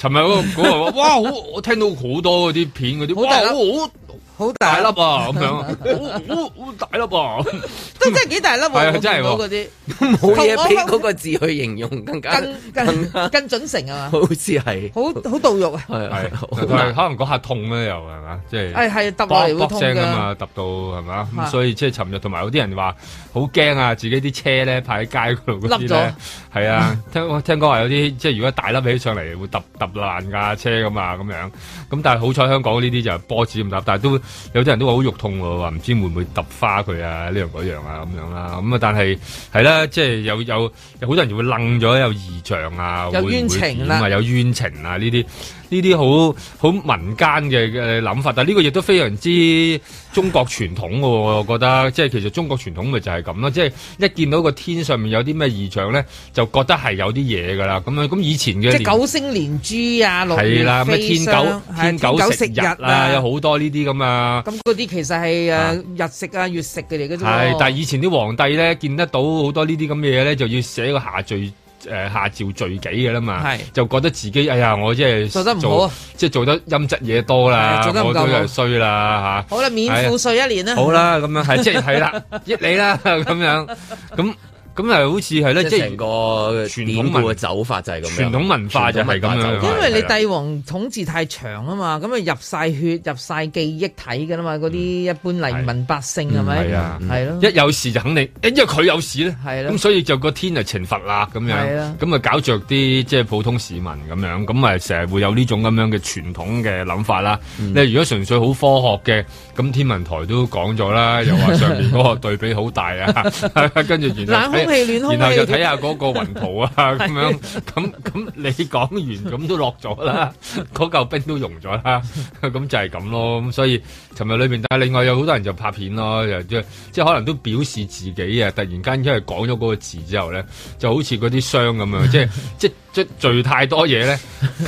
尋日嗰個嗰 個話，哇好，我聽到好多嗰啲片嗰啲，好哇大粒好好大大粒啊咁樣，好好好大哎粒啊！ 都真係幾大粒係喎！我啊真見係到喎嗰啲冇嘢俾嗰個字去形容，更加啊更更更準成啊嘛，好似係好好導肉啊！係係，好但係難可能嗰下痛咧又係嘛，即係誒係揼落卜嚟會卜痛聲啊㗎，嘛，揼到係嘛，係咁所以即係尋日同埋有啲人話好驚啊，自己啲車咧泊喺街嗰度嗰啲凹咗咧，係啊，聽我聽講話有啲即係如果大粒起上嚟會揼揼爛架車咁啊咁樣，咁但係好彩香港呢啲就係波子咁揼，但係都有啲人都話好肉痛喎，話唔知會唔會揼花佢啊呢樣嗰樣啊咁樣啦，咁啊但係係啦，即係有有有好多人就會愣咗有異象啊，有會唔會冤情啦點啊有冤情啊呢啲。呢啲好好民間嘅嘅諗法，但係呢個亦都非常之中國傳統嘅喎，我覺得即係其實中國傳統咪就係咁咯，即係一見到個天上面有啲咩異象咧，就覺得係有啲嘢㗎啦。咁樣咁以前嘅即係年九星連珠啊，六係啦，月咩飛天霜狗係天狗食日啊，有好多呢啲咁啊。咁嗰啲其實係誒日食啊、月食嘅嚟嘅啫係喎。，但係以前啲皇帝咧，見得到好多呢啲咁嘅嘢咧，就要寫個下罪誒、呃下詔罪己嘅啦嘛係，就覺得自己哎呀，我即係做得唔好啊，即係做得陰質嘢多啦，係做得唔夠我都好係衰啦嚇。好啦，免係啊付税一年啦。好啦，咁樣係即係 係啦， 益你啦咁樣，咁咁啊又好似係咧，即即係成係個哦典故嘅走法就係咁樣。傳統文化就係咁樣傳統文化就係因為你帝王統治太長啊嘛，咁啊入晒血、入晒記憶體噶啦嘛，嗰啲一般黎民百姓嗯係咪？係啊係咯，一有事就肯定，因為佢有事咧，係啦咁所以就個天就懲罰啦咁係樣啦，咁啊搞着啲即係普通市民咁樣，咁啊成日會有呢種咁樣嘅傳統嘅諗法啦。嗯你如果純粹好科學嘅，咁天文台都講咗啦，又話上面嗰個對比好大啊， 跟住然冷後睇空氣暖空氣然後就睇下嗰個雲圖 啊咁樣，咁咁你講完咁都落咗 啦，嗰嚿冰都融咗啦，咁就係咁咯。咁所以尋日裏面，但係另外有好多人就拍片咯，又即即係可能都表示自己啊，突然間因為講咗嗰個字之後咧，就好似嗰啲傷 咁樣，即係即即聚太多嘢咧，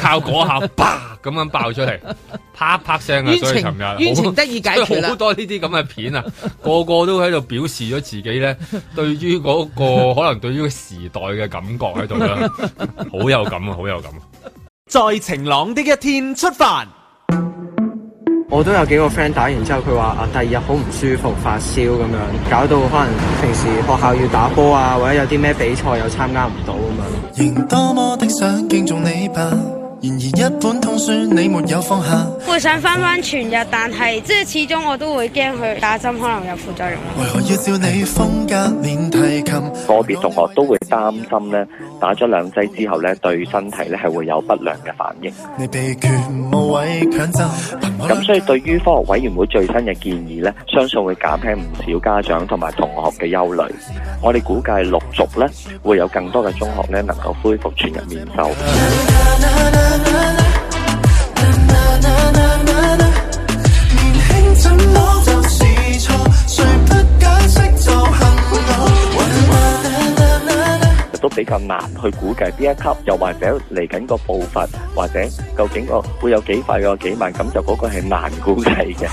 靠嗰下啪咁樣爆出嚟，啪啪聲啊！冤所以尋情日好冤情得以解決所以好啦。多呢啲咁嘅片啊， 個個都喺度表示咗自己咧，對於嗰、個 可能對於個時代嘅感覺喺度啦，好有感啊，好有感啊。在晴朗的一天出發。我都有幾個 friend 打完之後，佢話啊第二日好唔舒服，發燒咁樣，搞到可能平時學校要打波啊，或者有啲咩比賽又參加唔到咁樣。仍多麼的想敬重你吧，然而一本通書你沒有放下。會想翻翻全日，但係即係始終我都會驚佢打針可能有副作用。為何要照你風格練提琴？個別同學都會擔心咧，打咗兩劑之後咧，對身體咧係會有不良嘅反應。你被權無位強爭，憑我兩咁所以對於科學委員會最新嘅建議咧，相信會減輕唔少家長同埋同學嘅憂慮。我哋估計陸續咧會有更多嘅中學咧能夠恢復全日面授。年輕怎麼就是錯，誰不解釋就恨我。都比較難去估計邊一級，又或者嚟緊個步伐，或者究竟個會有幾快，有幾慢，咁就嗰個係難估計嘅。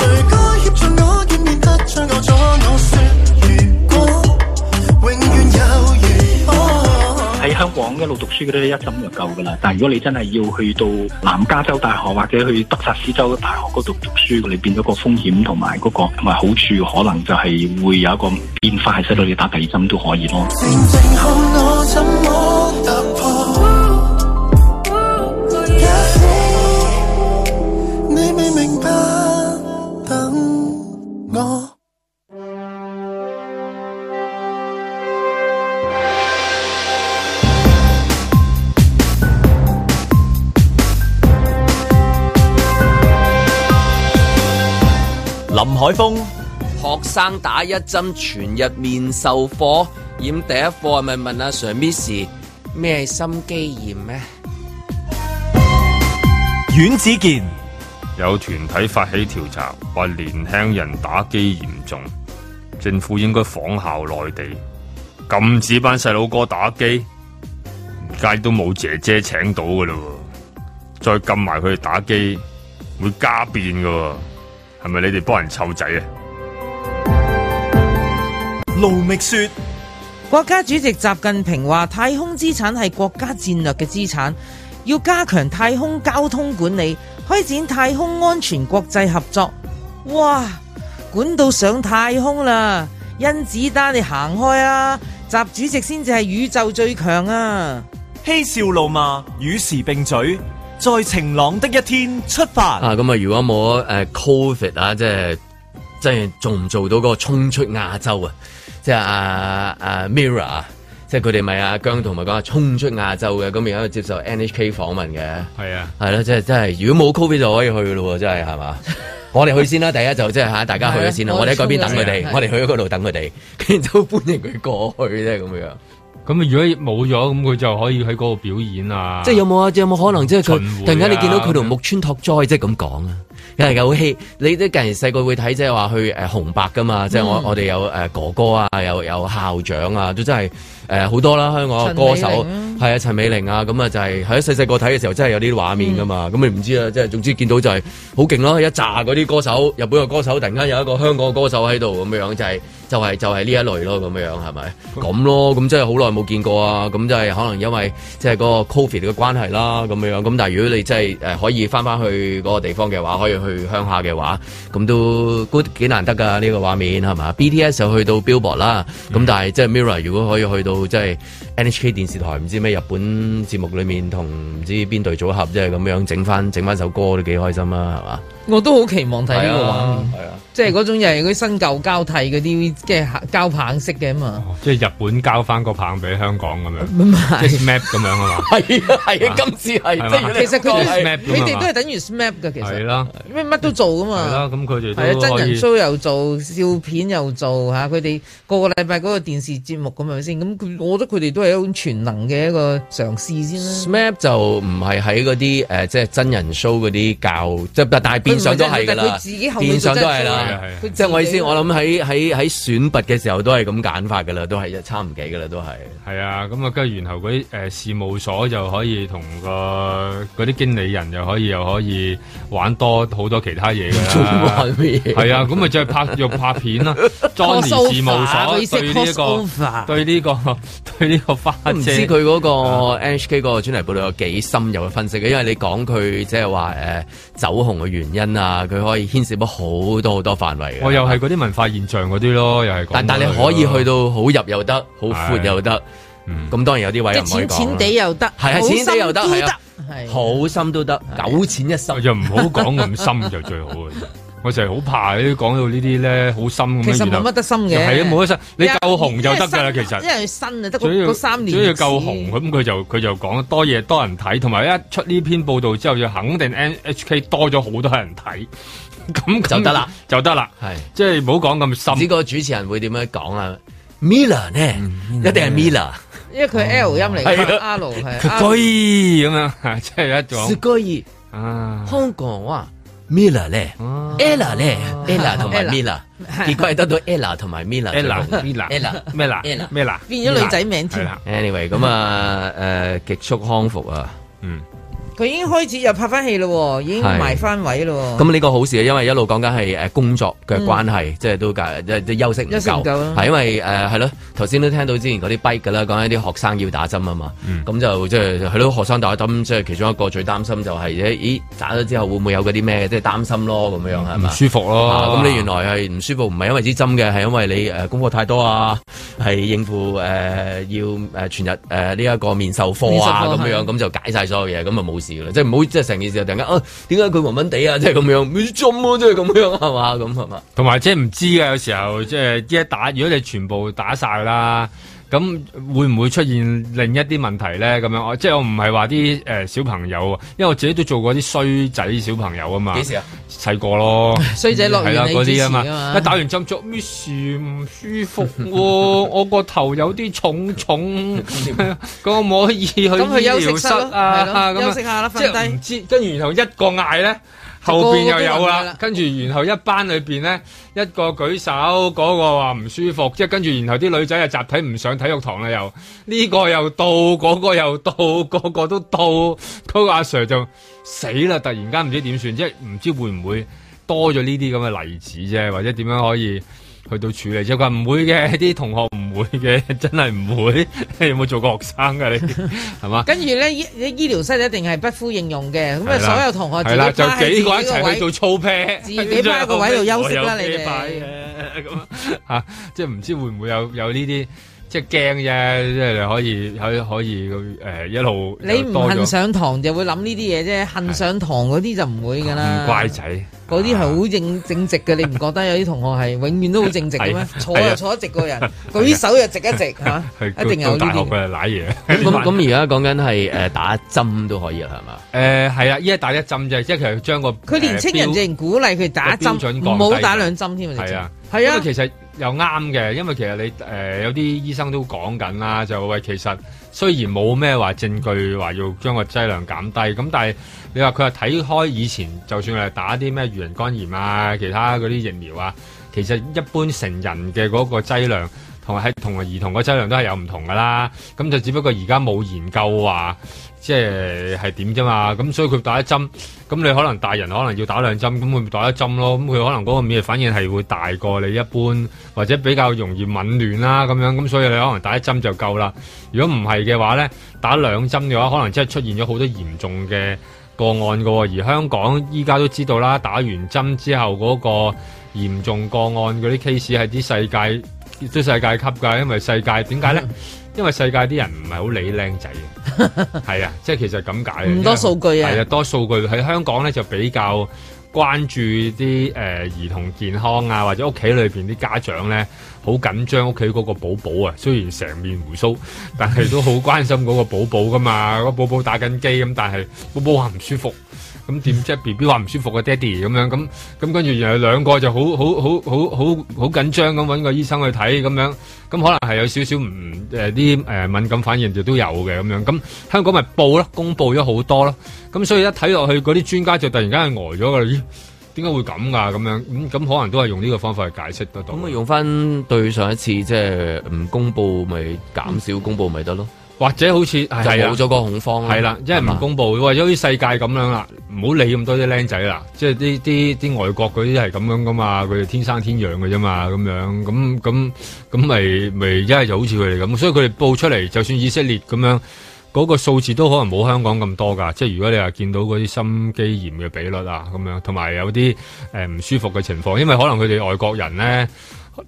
誰該協助我見面得罪我阻我說，如果永遠有如果。喺香港一路讀書嗰啲一針就夠噶啦，但係如果你真係要去到南加州大學或者去德薩斯州大學嗰度讀書，你變咗個風險同埋嗰個同埋好處，可能就係會有一個變化，係使到你打第二針都可以咯。你未明白，等我。林海峰、學生打一針全日面授課，染第一課係咪問阿 Sir Miss 咩係心肌炎咩？阮子健、有團體發起調查，話年輕人打機嚴重，政府應該仿效內地，禁止班細佬哥打機。而家都冇姐姐請到噶啦喎，再禁埋佢哋打機，會加變噶喎。係咪你哋幫人湊仔啊？盧覓雪、國家主席習近平話：太空資產係國家戰略嘅資產，要加強太空交通管理，開展太空安全國際合作。哇！管到上太空啦，甄子丹你行開啦，習主席先至係哎宇宙最強啊！嬉笑怒罵，與時並舉，在晴朗的一天出發。啊，咁啊，如果冇誒 Covid 啊，即係即係做唔做到嗰個衝出亞洲啊？即係啊啊 Mirror 啊，即係佢哋咪阿姜同埋講啊衝出亞洲嘅，咁而家接受 NHK 訪問嘅，係 à. 啊，係啦，即係真係如果冇 Covid 就可以去咯喎，真係係嘛？我哋去先啦，第一就即係嚇大家去咗先啦，係啊我哋喺嗰邊等佢我哋衝咗先哋係，我哋去咗嗰度等佢哋， 跟住就歡迎佢過去啫咁樣。咁如果冇咗，咁佢就可以喺嗰度表演啊。即係有冇啊？有冇可能即係佢巡迴啊突然間你見到佢同木村拓哉即係咁講啊？有人有戲，你即係近年細個會睇，即係話去誒紅白噶嘛，即係嗯我我哋有誒哥哥啊，有有校長啊，都真係誒好多啦，香港嘅歌手陳美玲係啊，陳美玲啊，咁啊就係喺細細個睇嘅時候真係有呢啲畫面噶嘛，咁你唔知啊，即係總之見到就係好勁咯，一紮嗰啲歌手，日本嘅歌手突然間有一個香港嘅歌手喺度咁樣，就係就係就係呢一類咯，咁樣係咪？咁咯，咁真係好耐冇見過啊，咁就係可能因為即係嗰個 Covid 嘅關係啦，咁樣咁但係如果你真係誒可以翻翻去嗰個地方嘅話，可以去鄉下嘅話，咁都都幾難得㗎呢個畫面係嘛？BTS 就去到 Billboard 啦，嗯咁但係即係 Mirror 如果可以去到即係 NHK 電視台唔知咩日本節目裏面同唔知邊隊組合即係咁樣整翻整翻首歌都幾開心啦，係嘛？我都好期望睇呢個畫面。係啊。即係嗰種又係嗰啲新舊交替嗰啲，即係交棒式嘅啊嘛。哦即係日本交翻個棒俾香港咁樣，唔係即係 map 咁樣啊嘛。 係啊，係啊，今次係係嘛即係如果其你實佢都係係 SMAP 㗎嘛你哋都係等於 SMAP 嘅，其係實啦，咩乜都做噶係啦，嘛。咁佢係哋都啊，真可人以。 show 又做，笑片又做嚇，佢哋個個禮拜嗰個電視節目咁係咪先？咁佢我覺得佢哋都係一種全能嘅一個嘗試先啦。 SMAP 就唔係喺嗰啲誒，即係真人 show 嗰啲教，即係但但係變相都係㗎但佢啦自己，後面變相都係係啊啦係啊。佢自己即係我意思，我諗喺喺喺選拔嘅時候都係咁揀法㗎啦，都係一差唔幾㗎啦，都係。係啊，咁啊，跟住然後嗰啲誒事務所就可以同個嗰啲經理人又可以又可以玩多好多其他嘢㗎做啦玩。 咩？啊係啊，咁咪就係拍又拍片啦。Johnny 事務 Crossover，佢所識對呢 crossover 一個 對呢個對呢個個花都唔知姐啊佢嗰個 NHK 嗰個專題報導有幾深入嘅分析嘅，因為你講佢即係話誒走紅嘅原因啊，佢可以牽涉到好多好多範圍嘅。我哦又係嗰啲文化現象嗰啲咯，又係講但但你嗰類可以咯去到好入又得，好闊又得，嗯咁當然有啲位即又係唔可以淺淺講地啦。又得，係啊好淺地又得深係啊係好深都得，九淺一深就唔好講咁深就 最好嘅。我成日好怕呢啲講到呢啲咧好深咁樣。其實然冇後乜得深嘅，係啊，冇得深，你因為夠紅就得㗎啦，因為其新實。因為新 啊，得所以嗰嗰三年，所以夠紅，咁佢就佢就講多嘢多人睇，同埋一出呢篇報道之後，就肯定 NHK 多咗好多人睇， 咁就得啦，就得啦，係即係唔好講咁深。呢個主持人會點樣講啊？Mila 呢，嗯一定係 Mila。因為佢 L 音嚟係嘅啊，R 係佢 R 居 咁樣，即啊係一是種個意啊，香港話 Mila 咧，Ella 咧，Ella 同埋 Mila，結果係得到 Ella 同埋 Mila 最好。 Ella，Mila Ella Mila Ella Mila 變咗女仔名添嗯係啦 Anyway，咁啊誒極速康復啊，嗯。佢已經開始又拍翻戲咯，已經係埋翻位咯。咁呢個好事啊，因為一路講緊係誒工作嘅關係，即係都介即係即係休息唔嗯休息唔啊夠，夠啦係因為誒係咯，頭先都聽到之前嗰啲 bike 㗎啦，講緊啲學生要打針啊嘛，嗯咁、就即係係咯，學生打針即係其中一個最擔心就係、咦打咗之後會唔會有嗰啲咩，即係擔心咯咁樣係嘛，唔舒服咯啊咁、你原來係唔舒服，唔係因為支針嘅，係因為你誒功課太多啊，係應付誒、呃要誒全日誒呢一個面授課啊面授課咁係樣。咁就解晒所有嘢，咁就冇事噶啦，即係唔好即係成件事就突然間啊，點解佢暈暈地啊，即係咁樣，唔針啊咯，即係咁樣係嘛，咁係嘛，同埋即係唔知嘅，有時候即係一打，如果你全部打晒啦，咁會唔會出現另一啲問題咧？咁樣，我即係我唔係話啲誒小朋友啊，因為我自己都做過啲衰仔小朋友啊嘛。幾時啊？細個咯， 衰仔樂園係啦你嗰啲啊主持啊嘛，嘛一打完針咗咩事唔舒服喎，我個頭有啲重重，咁我唔可以去咁去醫休息療室室咯啊，係咯咁啊休息下啦瞓即係低唔知，跟住然後一個嗌咧。就後邊個個都又有有㗎啦啦，跟住然後一班裏邊咧，一個舉手，嗰、個話唔舒服，即係跟住然後啲女仔又集體唔上體育堂啦，又呢、個又到，嗰、個又到， 個個都到，嗰、個阿 Sir 就死啦！突然間唔知點算，即係唔知會唔會多咗呢啲咁嘅例子啫，或者點樣可以？去到處理啫，佢話唔會嘅， 啲同學唔會嘅， 真係唔會。你有冇做過學生㗎？你 係嘛？跟住咧，醫醫療室一定係不敷應用嘅，咁啊係啦所有同學自係己啦，趴就喺自幾己個個人一齊位去做操 pair，自己趴喺個位度休息啦，你我有啤牌哋。嘅咁啊，即係唔知會唔會有有呢啲，即係驚啫，即係你可以可以可以咁誒一路你唔多咗恨上堂就會諗呢啲嘢啫，恨上堂嗰啲就唔會噶啦。唔嗯乖仔，嗰啲係好正正直嘅，你唔覺得有啲同學係永遠都好正直嘅係咩啊？坐係啊又坐得直個人，舉手又直一直嚇，係一定有呢到大學啲嘅。嘅奶嘢。咁咁咁而家講緊係誒呃打啊針嗯都可以啦，係嘛？誒係啦，啊依家打一針啫，即係其實將個佢年呃青人淨鼓勵佢打個標針，準降唔低好打兩針添啊！係啊，係啊不過其實又啱嘅，因為其實你誒、呃有啲醫生都講緊啦，就喂其實雖然冇咩話證據話要將個劑量減低，咁但係你話佢係睇開以前，就算係打啲咩魚人肝炎啊，其他嗰啲疫苗啊，其實一般成人嘅嗰個劑量。同埋喺同埋兒童個劑量都係有唔同噶啦，咁就只不過而家冇研究話即係係點啫嘛，咁所以佢打一針，咁你可能大人可能要打兩針，咁佢咪打一針咯，咁佢可能嗰個免疫反應係會大過你一般，或者比較容易紊亂啦咁樣，咁所以你可能打一針就夠啦。如果唔係嘅話咧，打兩針嘅話，可能真係出現咗好多嚴重嘅個案噶喎，而香港依家都知道啦，打完針之後嗰個嚴重個案嗰啲 case 係啲世界都世界級㗎，因為世界點解咧？嗯因為世界啲人唔係好理靚仔嘅， 係啊，即係其實咁解嘅。唔多數據啊係啊，多數據喺香港咧就比較關注啲誒、呃、兒童健康啊，或者屋企裏邊啲家長咧好緊張屋企嗰個寶寶啊，雖然成面胡鬚，但係都好關心嗰個寶寶噶嘛，個寶寶打緊機咁，但係寶寶話唔舒服。咁點啫？B B 話唔舒服嘅啊爹哋咁樣咁咁，跟住然後兩個就好好好好好好緊張咁揾個醫生去睇咁樣，咁可能係有少少唔誒啲誒敏感反應就都有嘅咁樣，咁香港咪報咯，公佈咗好多咯，咁所以一睇落去嗰啲專家就突然間係呆咗㗎啦，咦？點解會咁㗎？咁樣咁咁可能都係用呢個方法去解釋得到。咁啊用翻對上一次即係唔公佈咪減少公佈咪得咯。或者好似就係冇咗個恐慌啦啊係啦，因為係嘛唔公佈，或者好似世界咁樣啦，唔好理咁多啲僆仔啦，即係啲啲啲外國嗰啲係咁樣噶嘛，佢哋天生天養嘅啫嘛，咁樣咁咁咁咪咪一係就好似佢哋咁，所以佢哋報出嚟，就算以色列咁樣。嗰個數字都可能冇香港咁多㗎，即係如果你話見到嗰啲心肌炎嘅比率啊，咁樣同埋有啲誒唔舒服嘅情況，因為可能佢哋外國人咧，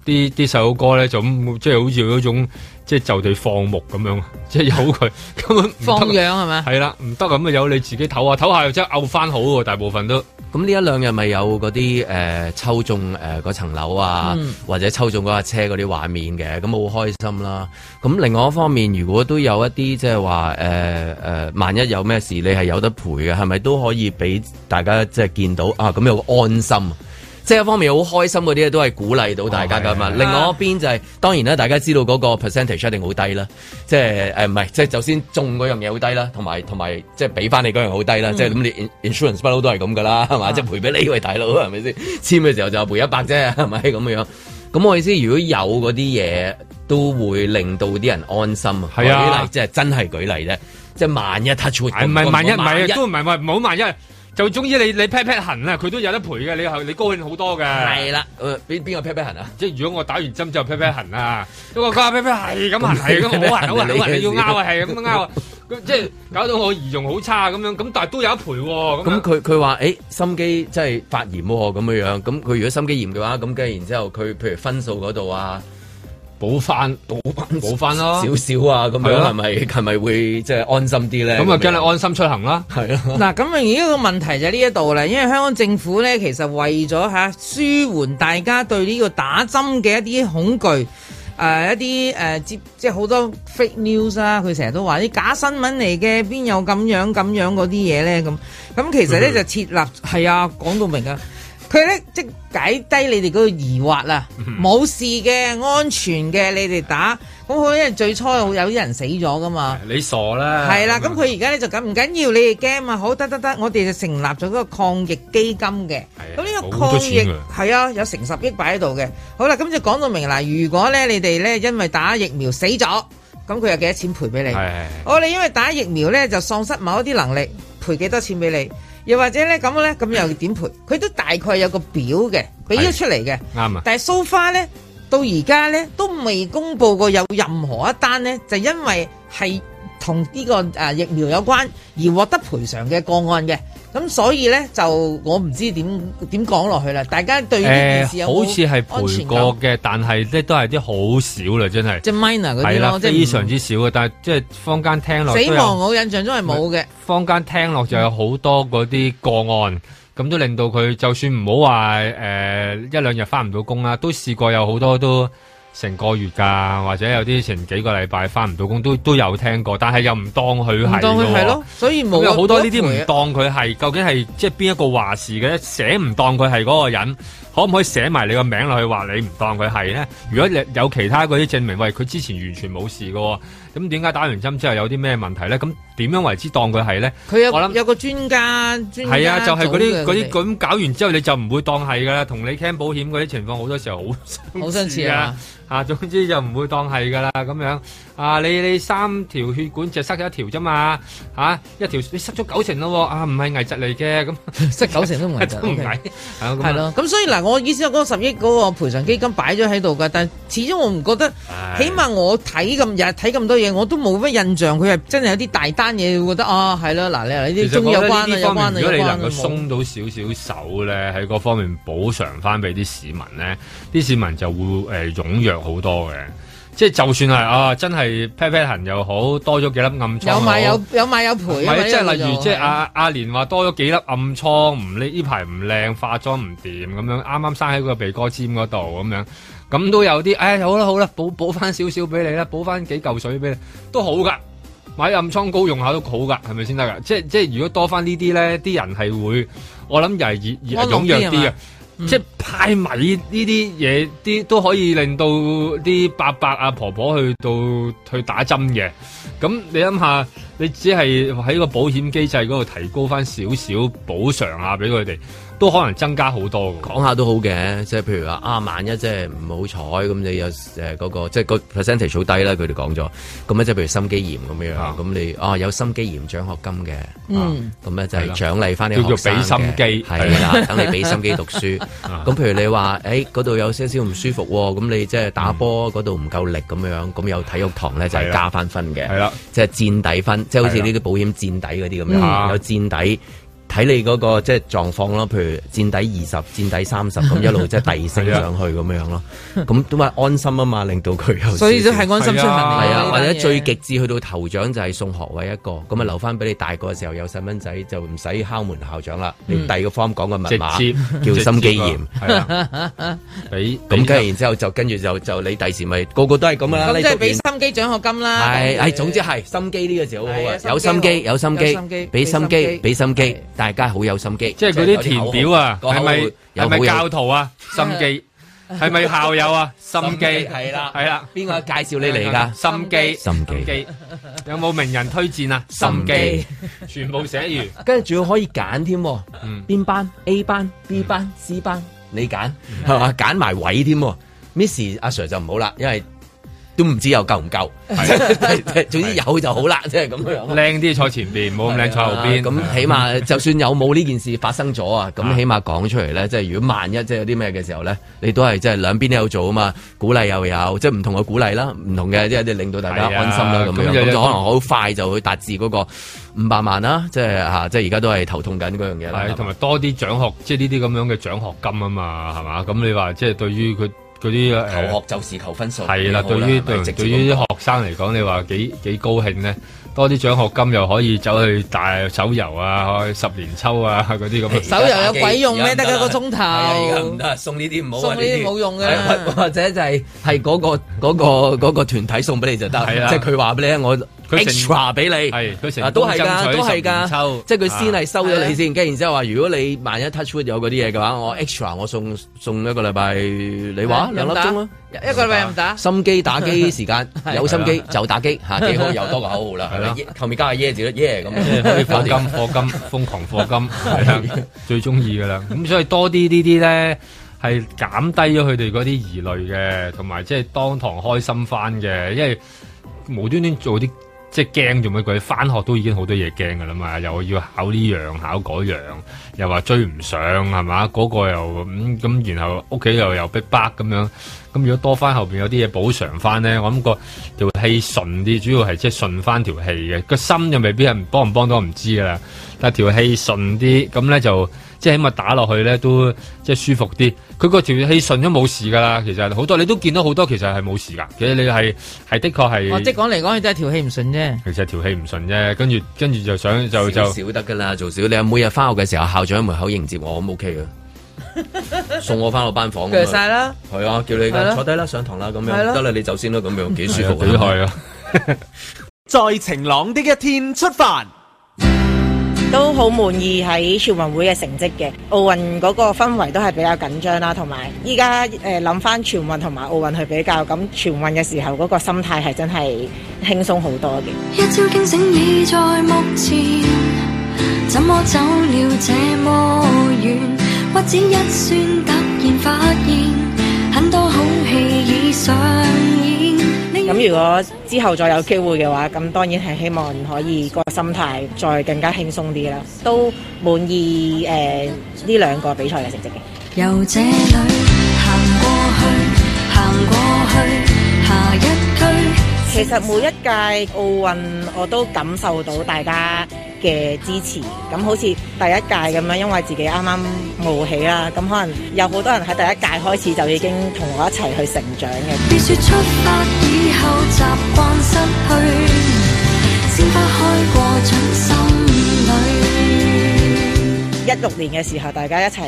啲啲細佬哥咧就咁即係好似嗰種即係就地放牧咁樣， 即係由佢根本唔得放啊養係咪係啦，唔得咁啊，由你自己唞下唞下，又即係漚翻好喎，大部分都。咁呢一兩日咪有嗰啲誒抽中誒嗰層樓啊，嗯或者抽中嗰架車嗰啲畫面嘅，咁好開心啦。咁另外一方面，如果都有一啲即係話誒誒，萬一有咩事，你係有得賠嘅，係咪都可以俾大家即係見到啊？咁有個安心。即係一方面好開心嗰啲都係鼓勵到大家哦㗎嘛，另外一邊就係、當然啦，大家知道嗰個 percentage 一定好低啦，即係誒唔係，即係就先中嗰樣嘢好低啦，同埋同埋即係俾翻你嗰樣好低啦，嗯即係咁你 in- insurance 不嬲都係咁㗎啊啦，係嘛？即係賠俾你喂大佬係咪先？簽嘅時候就賠一百啫，係咪咁樣？咁我意思，如果有嗰啲嘢，都會令到啲人安心啊。係啊舉例即係真係舉例啫，即係萬一 touch wood，唔係萬一，唔係都唔係唔好萬一，就總之你你 pat pat 痕啊，佢都有得賠嘅，你後你高興好多嘅。係啦，誒俾邊個 pat pat 痕啊？即係如果我打完針之後 pat pat 痕啊，不過佢話 pat pat 係咁痕係咁咁你好痕好痕好痕，你要你嘅事拗啊係咁拗啊，咁即係搞到我儀容好差咁樣，咁但係都有得賠喎。咁佢佢話：誒心肌即係發炎喎，咁樣樣。咁佢如果心肌炎嘅話，咁跟住然之後佢譬如分數嗰度啊，補翻補翻補翻咯少少啊，咁係樣啊係咪係咪會即係安心啲咧？咁啊，梗樣係安心出行啦。係 啊。嗱，咁啊，而家個問題就係呢一度啦，因為香港政府咧，其實為咗吓舒緩大家對呢個打針嘅一啲恐懼，誒、一啲誒、呃接即係好多 fake news 啦、佢成日都話啲假新聞嚟嘅，邊有咁樣咁樣嗰啲嘢咧咁，咁其實咧就設立係啊，講到明啊。佢咧即解低你哋嗰個疑惑啦，冇事嘅，安全嘅，你哋打。咁好，因為最初有啲人死咗噶嘛。你傻啦。係啦，咁佢而家咧就咁唔緊要，你哋驚啊，好得得得，我哋就成立咗嗰個抗疫基金嘅。咁呢個啊好多抗錢疫㗎係啊，有成十億擺喺度嘅。好啦，咁就講到明啦，如果咧你哋咧因為打疫苗死咗，咁佢有幾多錢賠俾你？係我哋因為打疫苗咧就喪失某一啲能力，賠幾多錢俾你？又或者咧咁咧，咁又點賠？佢都大概有個表嘅，俾咗出嚟嘅。à. 啱啊。但係 so far 咧，到而家咧都未公布過有任何一單咧，就因為係同呢個誒疫苗有關而獲得賠償嘅個案嘅。咁所以咧就我唔知點點講落去啦。大家對呢件事誒，有好冇似係安全賠感過嘅，但係咧都係啲好少啦，真係。即係 minor 嗰係啲啦，咯，即係唔非常之少嘅，但係即係坊間聽落都有死亡。我印象中係冇嘅。坊間聽落就有好多嗰啲個案，咁都令到佢就算唔好話誒一兩日翻唔到工啦，都試過有好多都成個月㗎，或者有啲成幾個禮拜翻唔到工，都都有聽過，但係又唔當佢係唔當佢㗎係喎咯所以冇咁有好多呢啲冇唔得賠啊當佢係，究竟係即係邊一個話事嘅咧？寫唔當佢係嗰個人，可唔可以寫埋你個名落去話你唔當佢係咧？如果你有其他嗰啲證明，喂佢之前完全冇事嘅喎，咁點解打完針之後有啲咩問題咧？咁點樣為之當佢係咧？佢有我諗有個專家專家係啊，就係嗰啲組嘅嗰佢哋啲咁搞完之後，你就唔會當係噶啦。同你 can 保險嗰啲情況，好多時候好好相似㗎啊！啊，總之就唔會當係噶啦咁樣。啊，你你三條血管就塞咗一條啫嘛，嚇、一條你塞咗九成咯喎，啊唔係危疾嚟嘅咁， 塞九成都唔危疾 都唔 OK 危，係啊咁啊係咯，咁所以嗱，我意思我嗰十億嗰個賠償基金擺咗喺度㗎，但始終我唔覺得，唉起碼我睇咁日日睇咁多嘢，我都冇乜印象，佢係真係有啲大單嘢，會覺得啊係啦，嗱你話呢其啲實中我有覺得關啊呢有啲關方啊有面，如果你關啊能夠冇鬆到少少手咧，喺嗰方面補償翻俾啲市民咧，啲市民就會誒、呃、踴躍好多嘅。即係就算係啊，真係 pat pat 痕又好，多咗幾粒暗瘡又有好，買有有買有賠唔啊嘛，啊係，即呢個係例如就即係阿阿蓮話多咗幾粒暗瘡，唔呢呢排唔靚，化妝唔掂咁樣，啱啱生喺個鼻哥尖嗰度咁樣，咁都有啲，唉、好啦好啦，補補翻少少俾你啦，補翻幾嚿水俾你都好噶，買暗瘡膏用下都好噶，係咪先得噶？即係即係如果多翻呢啲咧，啲人係會，我諗又係熱熱安樂踴啲躍啲係嗯嘅嘛。即係派米呢啲嘢，啲都可以令到啲伯伯啊婆婆去到去打針嘅。咁你諗下，你只係喺個保險機制嗰度提高翻少少補償啊，俾佢哋。都可能增加好多嘅。講下都好嘅，即係譬如話啊，萬一即係唔好彩咁，你有誒嗰個即係個 percentage 好低啦，佢哋講咗。咁咧即係譬如心肌炎咁樣，咁你啊有心肌炎獎學金嘅，啊嗯咁咧就係係啦獎勵翻啲叫做學生俾心嘅機啊係 啦係，等你俾心機讀書。咁譬如你話誒嗰度有些少唔舒服喎，咁你即係打波嗰度唔夠力咁樣，咁有體育堂咧嗯就係係啦加翻分嘅，係啦，即係墊底分，即係好似係啦呢啲保險墊底嗰啲咁嗯樣，有墊底。睇你嗰個即係狀況咯，譬如墊底二十、墊底三十咁一路即係遞 升啊上去咁樣咯，咁都話安心啊嘛，令到佢有所以少都少係安心出行嚟嘅係啊呢，單或者嘢最極致去到頭獎就係送學位一個，咁啊留翻俾你大個嘅時候有細蚊仔就唔使敲門校長啦，你嗯第二個 form 講個直密接碼叫心肌炎，係 啊俾咁跟住然之後就跟住就就你第時咪個個都係咁噶啦，咁你即係讀完俾心機獎學金啦。係跟係，住總之係心機呢個字好好啊係啊，有心機有心有心機機，俾俾心心機機俾心機，大家好有心機。即係嗰啲填表啊，個口係號咪有係咪好有教徒啊？心機係咪校友啊？心機係啦係啦，邊個介紹你嚟㗎心機心機機，有冇名人推薦啊？心心機機全部寫完。跟住仲要可以揀添喎，邊班 A 班、B 班、C 班，你揀係嘛？揀埋位添喎，Miss 阿 Sir 就唔好啦，因為都唔知有夠唔夠， 總之有就好啦，即係咁樣。靚啲坐前邊，冇咁靚坐後邊。啊咁 起碼就算有冇呢件事發生咗啊，咁起碼講出嚟咧，即係如果萬一即係有啲咩嘅時候咧，你都係即係兩邊都有做啊嘛，鼓勵又有，即係唔同嘅鼓勵啦，唔同嘅即係令到大家係啊安心啦咁咁樣，就咁就可能好快就會達至嗰個五百萬啦，即係嚇，即係而家都係頭痛緊嗰樣嘢啦。係，係同嘛埋多啲獎學，即係呢啲咁樣嘅獎學金啊嘛，係嘛？咁你話即係對於佢嗰啲誒求學就是求分數係啦，幾好對啦於係咪對直接對於咁啲學生嚟講，你話幾幾高興咧？多啲獎學金又可以走去大手遊啊，去十年秋啊嗰啲咁。手遊有鬼用咩？得一個鐘頭。係啊，而家唔得，送呢啲唔好啊。送呢啲冇用㗎係哎或或者就係係嗰個嗰個嗰個團體送俾你就得，係啦啊即係佢話俾你聽，我佢成 extra 俾你，係佢成啊都係㗎，功爭取都係十年秋㗎，即係佢先係收咗啊嗯你先，跟住然之後話，如果你萬一 touch wood 有嗰啲嘢嘅話，我 extra 我送送一個禮拜，你話兩粒鐘啦。一個禮拜唔啊打。心機打機時間係有心機啊 係啊就打 機嚇，幾好又多個口號啦係啦，耶後面加個耶 字啦，耶可以咁，課金、課金、瘋狂課金，係啦，最中意噶啦。咁所以多啲呢啲咧，係減低咗佢哋嗰啲疑慮嘅，同埋即係當堂開心翻嘅，因為無端端做啲即係驚做乜鬼？翻學都已經好多嘢驚噶啦嘛，又要考呢樣考嗰樣，又話追唔上係嘛？嗰、個又咁咁、然後屋企又又逼迫咁樣。咁如果多翻後邊有啲嘢補償翻咧，我諗個條氣順啲，主要係即係順翻條氣嘅，個心就未必係幫唔幫到唔知噶啦，但係條氣順啲，咁咧就即係起碼打落去咧都即係舒服啲。佢個條氣順咗冇事噶啦，其實好多你都見到好多其實係冇事噶，其實你係係的確係。我哦即係講嚟講去都係條氣唔順啫。其實條氣唔順啫，跟住跟住就想就就少得噶啦，做少。你每日翻學嘅時候，校長喺門口迎接我，咁 OK 啊嘅，送我翻我班房。鋸晒啦，係啊，叫你係咯坐低啦，上堂啦，咁係樣咯得啦，你走先啦，咁樣幾舒服。幾害啊！ 在晴朗的一天出發。都好滿意喺全運會嘅成績嘅，奧運嗰個氛圍都係比較緊張啦，同埋依家誒諗翻全運同埋奧運去比較，咁全運嘅時候嗰個心態係真係輕鬆好多嘅。一朝驚醒已在目前，怎麼走了這麼遠？屈指一算，突然發現很多好戲已上演。咁如果之後再有機會嘅話，咁當然係希望可以個心態再更加輕鬆啲啦。都滿意誒呢兩個比賽嘅成績嘅。由這裏行過去，行過去下一區。其實每一屆奧運我都感受到大家嘅支持，咁好似第一屆咁樣，因為自己啱啱冒起啦，咁可能有好多人喺第一屆開始就已經同我一齊去成長嘅。別說出發以後習慣失去，鮮花開過掌心裏。一六年嘅時候，大家一齊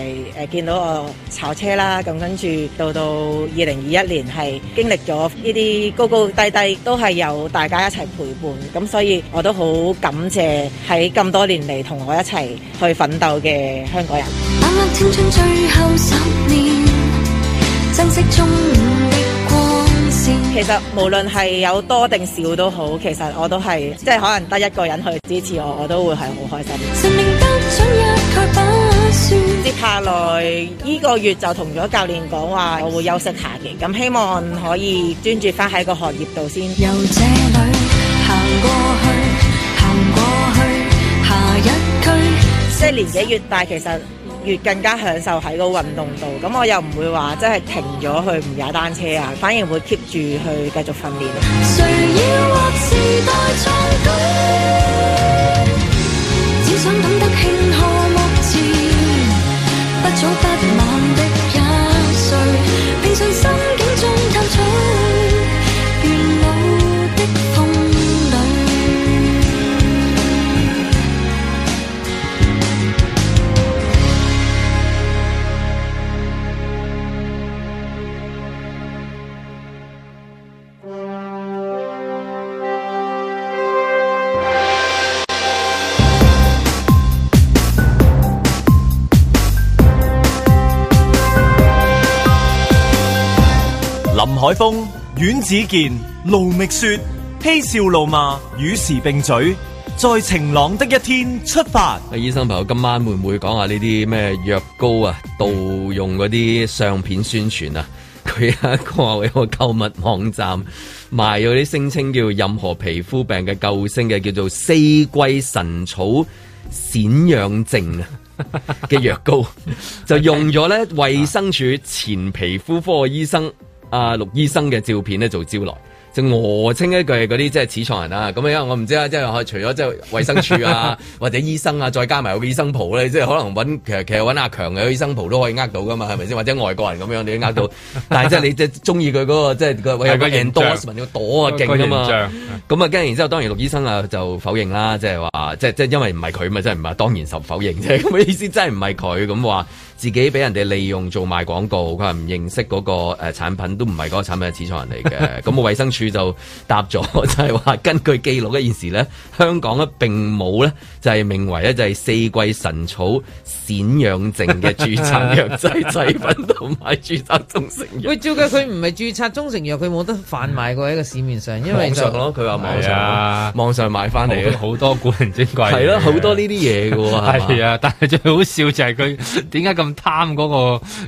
誒見到我炒車啦，咁跟住到到二零二一年係經歷咗呢啲高高低低，都係有大家一齊陪伴，咁所以我都好感謝喺咁多年嚟同我一齊去奮鬥嘅香港人。把握青春最後十年，珍惜中午的光線。其實無論係有多定少都好，其實我都係即係可能得一個人去支持我，我都會係好開心。神明得獎一概不接下來呢個月就同咗教練講話，我會休息下嘅，咁希望可以專注翻喺個學業度先。由這裏行過去，行過去下一區，即係年紀越大，其實越更加享受喺個運動度。咁我又唔會話即係停咗去唔踩單車啊，反而會 keep 住去繼續訓練。誰要獲時代創舉？只想懂得慶賀目前，不早不晚的一歲，拼上心境中探取元老的風裏。林海峰、阮子健、卢觅雪，嬉笑怒骂，与时并举，在晴朗的一天出发。啊醫生朋友，今晚會唔會講下呢啲咩藥膏啊、盜用嗰啲相片宣傳啊？ 佢有一個有個購物網站賣嗰啲聲稱叫任何皮膚病嘅救星嘅，叫做四季神草閃氧症啊。 嘅藥膏就用咗咧衛生署前皮膚科醫生啊陸醫生嘅照片咧做招來，就訛稱一句係嗰啲即係始創人啦。咁因為我唔知啦，啊即係除咗即係衛生署啊或者醫生啊，再加埋有個醫生袍咧，即係可能揾其實其實揾阿強嘅醫生袍都可以呃到噶嘛，係咪先？或者外國人咁樣你都呃 到，但係即係你即係中意佢嗰個即係個有係個個形象 endorsement 個朵啊勁啊個嘛形象。咁啊，跟住然之後，當然陸醫生啊就否認啦，即係話，即係即係因為唔係佢嘛，即係唔係當然受否認啫。咁嘅意思真係唔係佢咁話，自己俾人哋利用做賣廣告，佢話唔認識嗰個誒產品，都唔係嗰個產品嘅始創人 嚟嘅。咁啊，衛生署就答咗， 就係話根據記錄一件事咧，香港咧並冇咧就係名為咧就係四季神草閃氧症嘅註冊 藥劑製品同埋註冊中成藥。喂，照計佢唔係註冊中成藥，佢冇得販賣過喺個市面上，因為網就上咯，佢話網係啊上，網上買翻嚟嘅。好多古靈精怪嘢。係咯好多呢啲 嘢㗎喎係嘛係啊，但係最好笑就係佢 點解咁貪嗰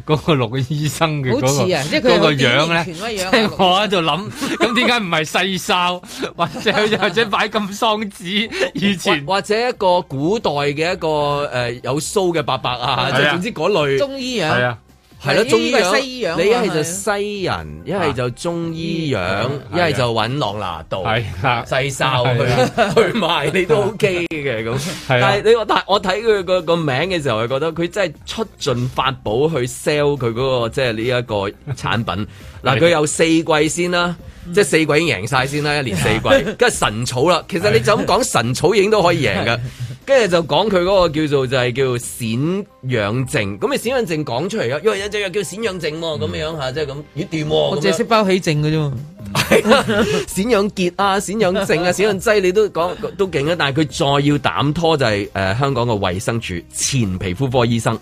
個嗰個陸醫生嘅嗰個好似啊即係佢有嗰個個典型樣咧？權威即樣啊係我喺度諗，咁點解唔係細哨，或者或者擺咁喪紙？以前或者一個古代嘅一個誒有須嘅伯伯啊，即係係啊總之嗰類中醫樣係啊係咯，係中醫呢個樣，係西醫樣啊你一係就係西人，一係就中醫樣，一係啊係就揾朗拿度，係啊細哨去係啊去賣，你都 OK 嘅咁。但係啊係你話，但係我睇佢個個名嘅時候，我覺得佢真係出盡法寶去 sell 佢嗰個即係呢一個產 品。嗱，佢有四季先啦。即係四季已經贏晒先啦，一年 四季，跟住神草啦。其實你就咁講神草已經都可以 贏嘅，跟住就講佢嗰個叫做就係叫閃氧症。咁你閃氧症講出嚟啊，因為有隻藥叫閃氧症喎，咁嗯樣嚇，即係咁，咦掂喎，我淨係識包起症嘅啫。閃氧結啊、 閃氧症 啊、閃氧劑，你都講都勁啊！但係佢再要膽拖就係、呃香港嘅衛生署前皮膚科醫生，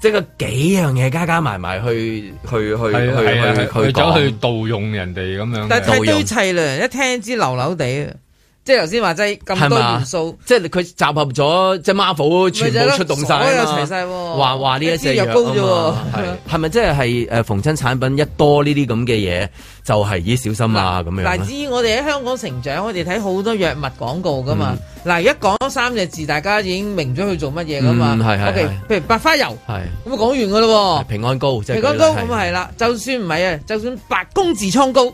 即係佢幾樣嘢加加埋埋去去去去去係啊係啊係啊去去走去講盜用人哋咁樣嘅。但係太堆砌啦，一聽知流流地啊！即係頭先話齋咁多元素，素，即係佢集合咗即係 Marvel 全咪就係部咯出動晒所有啊嘛齊晒喎話話呢一隻藥一支藥膏啫喎啊嘛係係咪即係係誒逢親產品一多呢啲咁嘅嘢，就係咦小心啊咁樣嗱，呢。至於我哋喺香港成長，我哋睇好多藥物廣告噶嘛。嗯嗱、一講三隻字，大家已經明咗佢做乜嘢噶嘛。嗯係係 OK，譬如白花油，咁係啊講完噶咯平安膏，喎。即係皮肝舉例膏咁啊係啦，就算唔係啊，就算白宮痔瘡膏，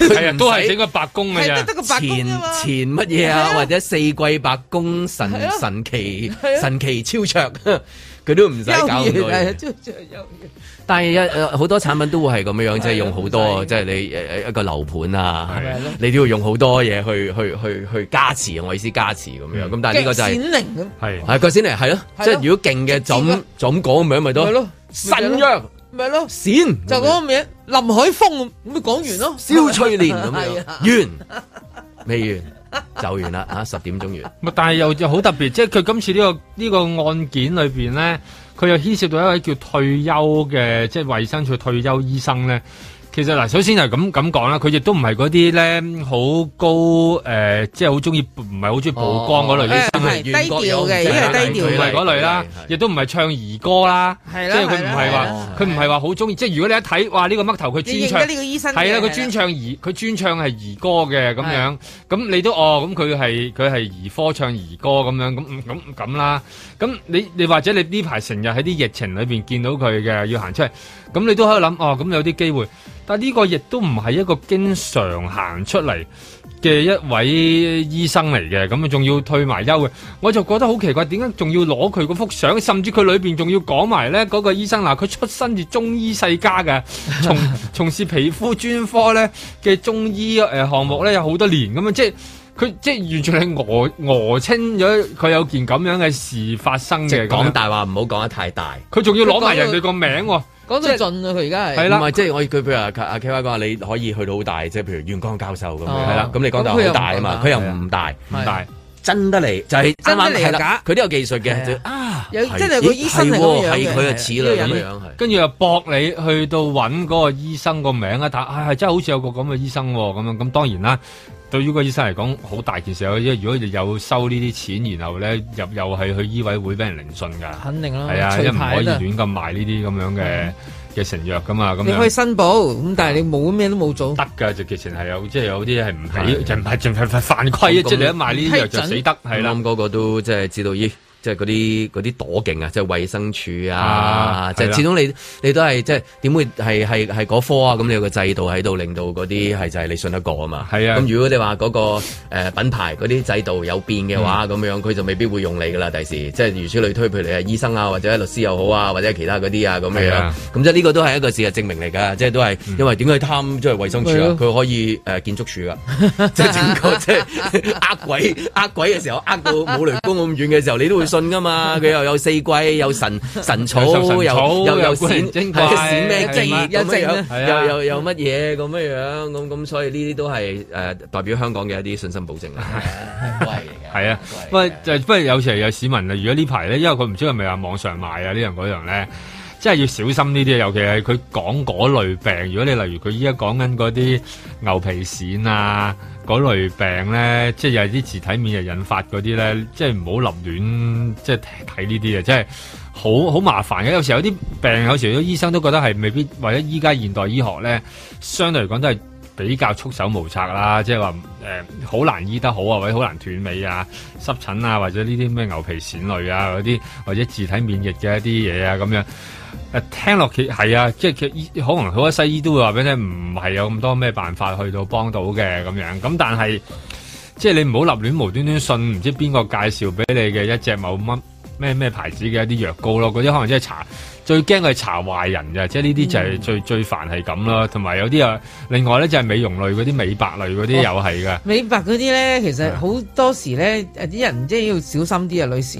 係 啊，都係整個白宮嘅係得啫。得個白宮前啫嘛。前乜嘢係啊，啊或者四季白宮神係啊神奇係啊神奇超卓， 佢都唔使搞咁優多越嘢係。最最優越 但係一呃好多產品都會係咁樣樣，即係用好多，即係你誒一個樓盤啊係咯，你都要用好多嘢去去去去加持，我意思加持咁樣。咁但係呢個就嘅係閃靈咁，嗯係係個先嚟，係咯，係咯啊即係如果勁嘅就咁就咁講咁樣咪咪都咯新藥咪咯，閃就嗰個名林海峰咁，咁咪講完咯。蕭翠蓮咁 係啊樣完未完就完啦啊！十點鐘完。咪但係又又好特別，即係佢今次呢、個呢、個案件裏邊咧，佢又牽涉到一位叫退休嘅，即係衞生署退休醫生咧。其實嗱，首先就咁咁講啦，佢亦都唔係嗰啲咧好高誒、呃即係好中意唔係好中意曝光嗰類醫生哦係低調嘅，因為低調唔係嗰類啦，亦都唔係唱兒歌啦，即係啦係佢唔係係啦話佢唔係話好中意，即係如果你一睇，哇呢個嘜頭佢你專認得唱呢個醫生嘅係啦，係啦佢專唱兒佢專唱係兒歌嘅咁樣，咁你都哦咁佢係佢係兒科唱兒歌咁樣咁嗯咁咁啦，咁你你或者你呢排成日喺啲疫情裏邊見到佢嘅要行出嚟，咁你都喺度諗哦咁有啲機會，但係呢個亦都唔係一個經常行出嚟。嘅一位醫生嚟嘅，咁啊仲要退埋休嘅，我就覺得好奇怪，點解仲要攞佢嗰幅相，甚至佢裏邊仲要講埋咧嗰個醫生嗱，佢出身自中醫世家 嘅，從從事皮膚專科咧嘅中醫誒、呃、項目咧有好多年咁啊，即係。佢即係完全係訛訛清咗，佢有件咁樣嘅事發生即嘅。係講大話唔好講得太大。佢仲要攞埋人哋個名喎，講到盡啊！佢而家係係啦，唔係即係我佢譬如話阿 K Y 講話你可以去到好大，即係譬如袁光教授咁樣，哦係啦，咁你講到好大啊嘛，咁佢又佢又唔唔大，唔大，真得嚟就係真得嚟啱啱係啦假佢都有技術嘅，就 À, 啊 Dạ, 有真係個醫生係咁樣嘅啊係佢就似啦咁樣係。跟住又駁你去到揾嗰個醫生個名啊，但係真係好似有個咁嘅醫生喎，咁樣咁當然啦。對於個醫生嚟講，好大件事，因為如果你有收呢啲錢，然後咧入又係去醫委會俾人聆訊㗎，肯定啦係啊，除因為唔可牌以都係亂咁賣呢啲咁樣嘅嘅成藥㗎嘛，咁你可以樣申報，咁但係你冇咩都冇做。得㗎，就其實係有即係有啲係唔係就唔係淨係犯規啊，即係你一賣呢啲藥就死得係啦咁。嗰個都即係知道，咦，即係嗰啲嗰啲躲勁啊，即係衛生署啊啊，即係係啦始終你你都係即係點會係係係嗰科啊？咁你有個制度喺度，令到嗰啲係就係你信得過啊嘛。係嗯啊咁如果你話嗰個呃品牌嗰啲制度有變嘅嗯話，咁樣佢就未必會用你噶啦。第時即係如此類推，譬如你係醫生啊，或者律師又好啊，或者其他嗰啲啊咁係樣啊。嗯咁即係呢個都係一個事實證明嚟㗎，即係都係因為點解貪即係衛生署係啊咯？佢可以誒建築署啊，即係整個即係呃鬼呃鬼嘅時候，呃到冇雷公咁遠嘅時候，你都會信 㗎嘛？佢又有四季，有神神草，有又神草又有有古靈閃精怪係閃咩係嘛結有咁證樣啊樣，係啊又又又乜嘢咁樣樣咁咁，所以呢啲都係誒代表香港嘅一啲信心保證啊 嚟嘅，係係啊，不過就不過有時有市民啊，如果呢排咧，因為佢唔知係咪話網上買啊呢樣嗰樣咧，真係要小心呢啲，啊尤其係佢講嗰類病。如果你例如佢依家講緊嗰啲牛皮癬啊嗰類病咧，即係又係啲自體免疫引發嗰啲咧，即係唔好立亂即係睇呢啲啊，即係。好好麻煩嘅，有時有啲病，有時啲醫生都覺得係未必，或者依家現代醫學咧，相對嚟講都係比較束手無策啦，即係話誒好難醫得好啊，或者好難斷尾啊、濕疹啊，或者呢啲咩牛皮癬類啊嗰啲，或者自體免疫嘅一啲嘢啊咁樣。誒聽落其係啊，即係其醫可能好多西醫都會話俾你聽，唔係有咁多咩辦法去到幫到嘅咁樣。咁但係即係你唔好立亂無端端信唔知邊個介紹俾你嘅一隻某乜咩咩牌子嘅一啲藥膏咯，嗰啲可能真係查最驚佢係查壞人嘅，即係呢啲就係嗯最、最煩係咁啦。同埋有啲啊，另外咧就係美容類嗰啲、美白類嗰啲哦又 係㗎。美白嗰啲咧，其啊實好多時咧，誒啲人即係要小心啲啊，女士。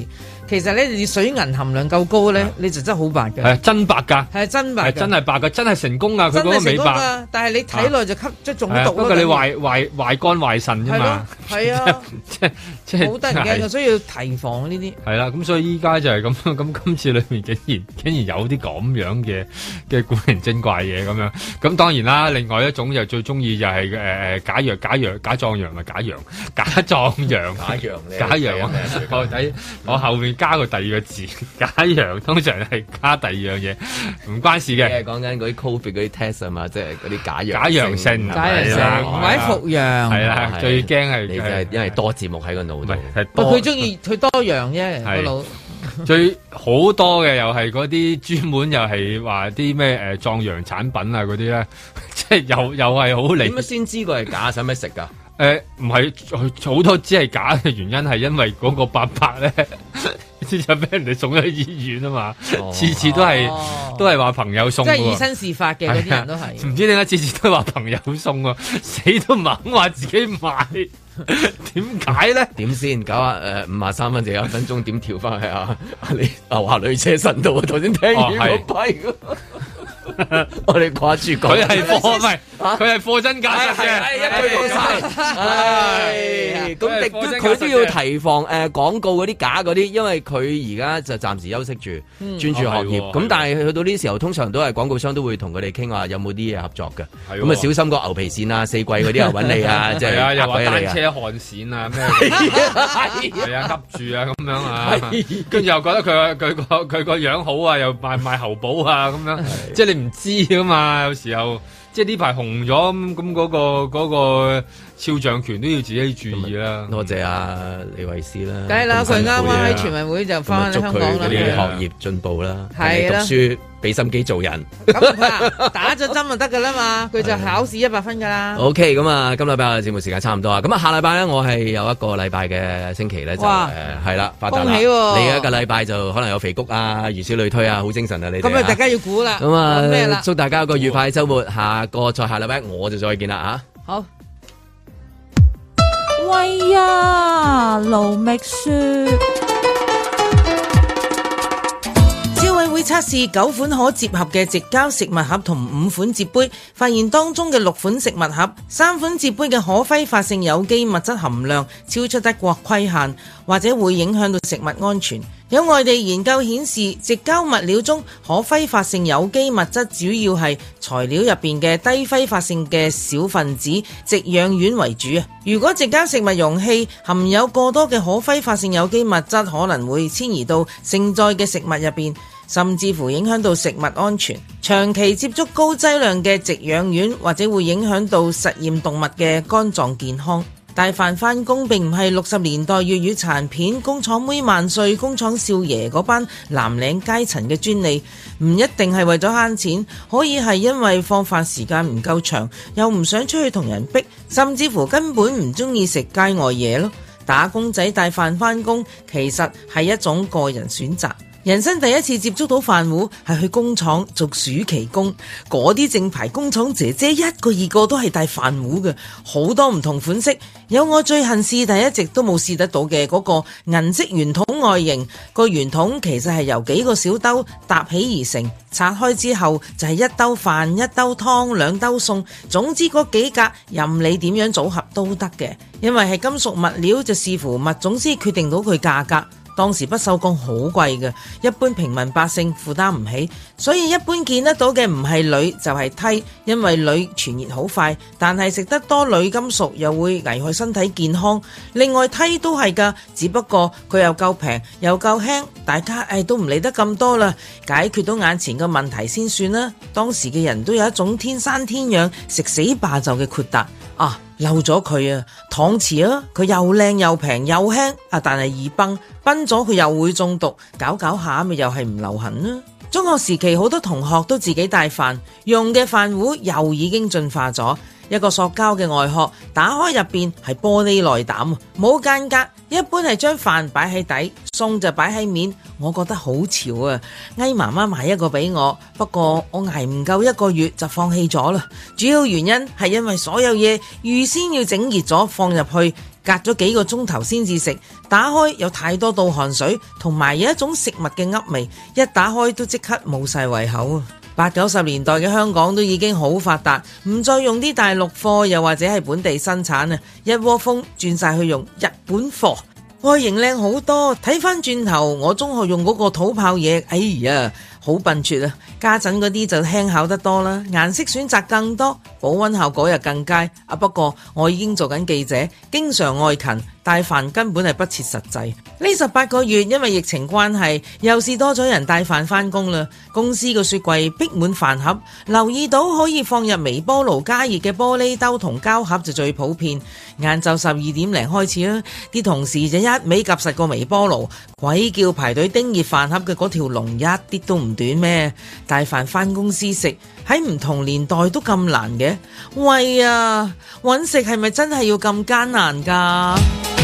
其實咧，你水銀含量夠高咧，你就真係好白嘅。係啊真白㗎，係真白係㗎真係白㗎，真係成功㗎，佢真嗰個係成美功白㗎，。但係你睇落就吸咗中係啊毒不咯。過你咁樣壞壞壞肝壞腎啫係嘛咯，，係啊， 即係好得人驚嘅，所以要提防呢啲。係啦，咁所以依家就係咁， 咁今次裏面竟然竟然有啲咁樣嘅嘅古靈精怪嘢咁樣，咁當然啦，另外一種就最中意就係誒誒假藥、假藥、假壯陽啊、假陽、 假壯陽、假陽咧假陽啊係啊！我睇我後面加個第二個字， 假陽通常係加第二樣嘢，唔關事嘅。嘅講緊嗰啲 covid 嗰啲 test 啊嘛，即係嗰啲假陽假陽性係假陽性啦或者復陽係啦最驚係你就係因為多節目喺個腦度，係不過佢中意佢多樣啫，個係腦。 最好多嘅又係嗰啲專門又係話啲咩誒壯陽產品啊嗰啲咧， 即係又又係好點離樣先知佢係假？使乜食㗎？ 誒唔係佢好多只係假嘅原因係因為嗰個伯伯咧， 就俾人哋送咗去醫院啊嘛，哦次次都係都係話朋友送即㗎係喎，以身試法嘅嗰啲人都係。係啊唔知點解次次都話朋友送喎，死都唔肯話自己 買，點解咧？點先搞下誒五啊三分就有一分鐘 點跳翻去啊？阿李牛下女車身度啊！頭先聽完哦係嗰批。我哋掛住講佢係 貨唔係啊佢係貨真價實嘅，一句講啊晒。哎咁亦都佢都要提防誒廣告嗰啲假嗰啲，因為佢而家就暫時休息住，嗯專注學業。哦係喎咁但係去到呢時候，通常都係廣告商都會同佢哋傾話有冇啲嘢合作嘅。係喎咁啊小心個牛皮線啊、四季嗰啲又揾你 啊，即係係啊，又呃話鬼單你啊車汗線啊，咩 係啊，吸住啊咁樣啊，跟住又覺得佢佢個佢個樣好啊，又賣賣喉寶啊咁樣，即係你唔知噶嘛，有時候即係呢排紅咗咁咁嗰個嗰個肖像權都要自己注意啦。多謝啊李慧詩啦，梗係啦，咁佢辛啱苦啱喺啊全運會就咁啊翻祝嚟香佢港嗰啦啲。啊學業進步啦，係讀啦書俾心機做人。打咗針就得噶啦嘛，佢就啊考試一百分噶啦。 OK，咁啊，今禮拜嘅節目時間差唔多啊，咁啊，下禮拜咧，我係有一個禮拜嘅星期咧，就誒哇係啦，發達啦，恭喜喎你一個禮拜就可能有肥谷啊，如此類推啊，好精神啊，你哋咁啊，啊大家要估啦。咁講咩啦啊，？祝大家有個愉快嘅週末，下個再下禮拜我就再見啦啊好。喂呀，盧覓雪。消委會測試九款可接合嘅直膠食物盒同五款折杯，發現當中嘅六款食物盒、三款折杯嘅可揮發性有機物質含量超出德國規限，或者會影響到食物安全。有外地研究顯示，直膠物料中可揮發性有機物質主要係材料入邊嘅低揮發性嘅小分子直氧烷為主啊。如果直膠食物容器含有過多嘅可揮發性有機物質，可能會遷移到盛載嘅食物入邊。甚至乎影響到食物安全。長期接觸高劑量嘅直氧丸，或者會影響到實驗動物嘅肝臟健康。大凡返工並唔係六十年代粵語殘片《工廠妹萬歲》《工廠少爺》嗰班藍領階層嘅專利，唔一定係為咗慳錢，可以係因為放飯時間唔夠長，又唔想出去同人逼，甚至乎根本唔中意食街外嘢咯。打工仔帶飯返工，其實係一種個人選擇。人生第一次接觸到飯糊係去工廠做暑期工，嗰啲正牌工廠姐姐一個二個都係帶飯糊嘅，好多唔同款式。有我最恨試但一直都冇試得到嘅嗰個銀色圓筒外形，個圓筒其實係由幾個小兜搭起而成，拆開之後就係一兜飯、一兜湯、兩兜餸，總之嗰幾格任你點樣組合都得嘅，因為係金屬物料就視乎物種先決定到佢價格。當時不鏽鋼好貴嘅，一般平民百姓負擔唔起，所以一般見得到嘅唔係鋁就係梯，因為鋁傳熱好快，但係食得多鋁金屬又會危害身體健康。另外梯都係㗎，只不過佢又夠平又夠輕，大家誒都唔理得咁多啦，解決到眼前嘅問題先算啦。當時嘅人都有一種天生天養食死霸就嘅豁達啊！漏咗佢啊！搪瓷啊，佢又靚又平又輕啊，但係易崩，崩咗佢又會中毒，搞搞下咪又係唔流行啦。中學時期好多同學都自己帶飯，用嘅飯壺又已經進化咗，一個塑膠嘅外殼，打開入邊係玻璃內膽，冇間隔，一般係將飯擺喺底，餸就擺喺面。我覺得好潮啊！嗌媽媽買一個俾我，不過我捱唔夠一個月就放棄咗啦。主要原因係因為所有嘢預先要整熱咗放入去，隔咗幾個鐘頭先至食。打開有太多道汗水，同埋有一種食物嘅噏味，一打開都即刻冇晒胃口啊！八九十年代嘅香港都已經好發達，唔再用啲大陸貨，又或者係本地生產啊，一窩蜂轉晒去用日本貨。外形靚好多，睇翻轉頭，我中學用嗰個土炮嘢，哎呀，好笨拙啊！家陣嗰啲就輕巧得多啦，顏色選擇更多，保温效果又更佳。啊，不過我已經做緊記者，經常外勤，帶飯根本係不切實際。呢十八個月因為疫情關係，又是多咗人帶飯返工啦。公司個雪櫃逼滿飯盒，留意到可以放入微波爐加熱嘅玻璃兜同膠盒就最普遍。晏晝十二點零開始啦，啲同事就一味夾實個微波爐，鬼叫排隊叮熱飯盒嘅嗰條龍一啲都唔短咩？帶飯返公司食，喺唔同年代都咁難嘅，喂啊！揾食係咪真係要咁艱難㗎？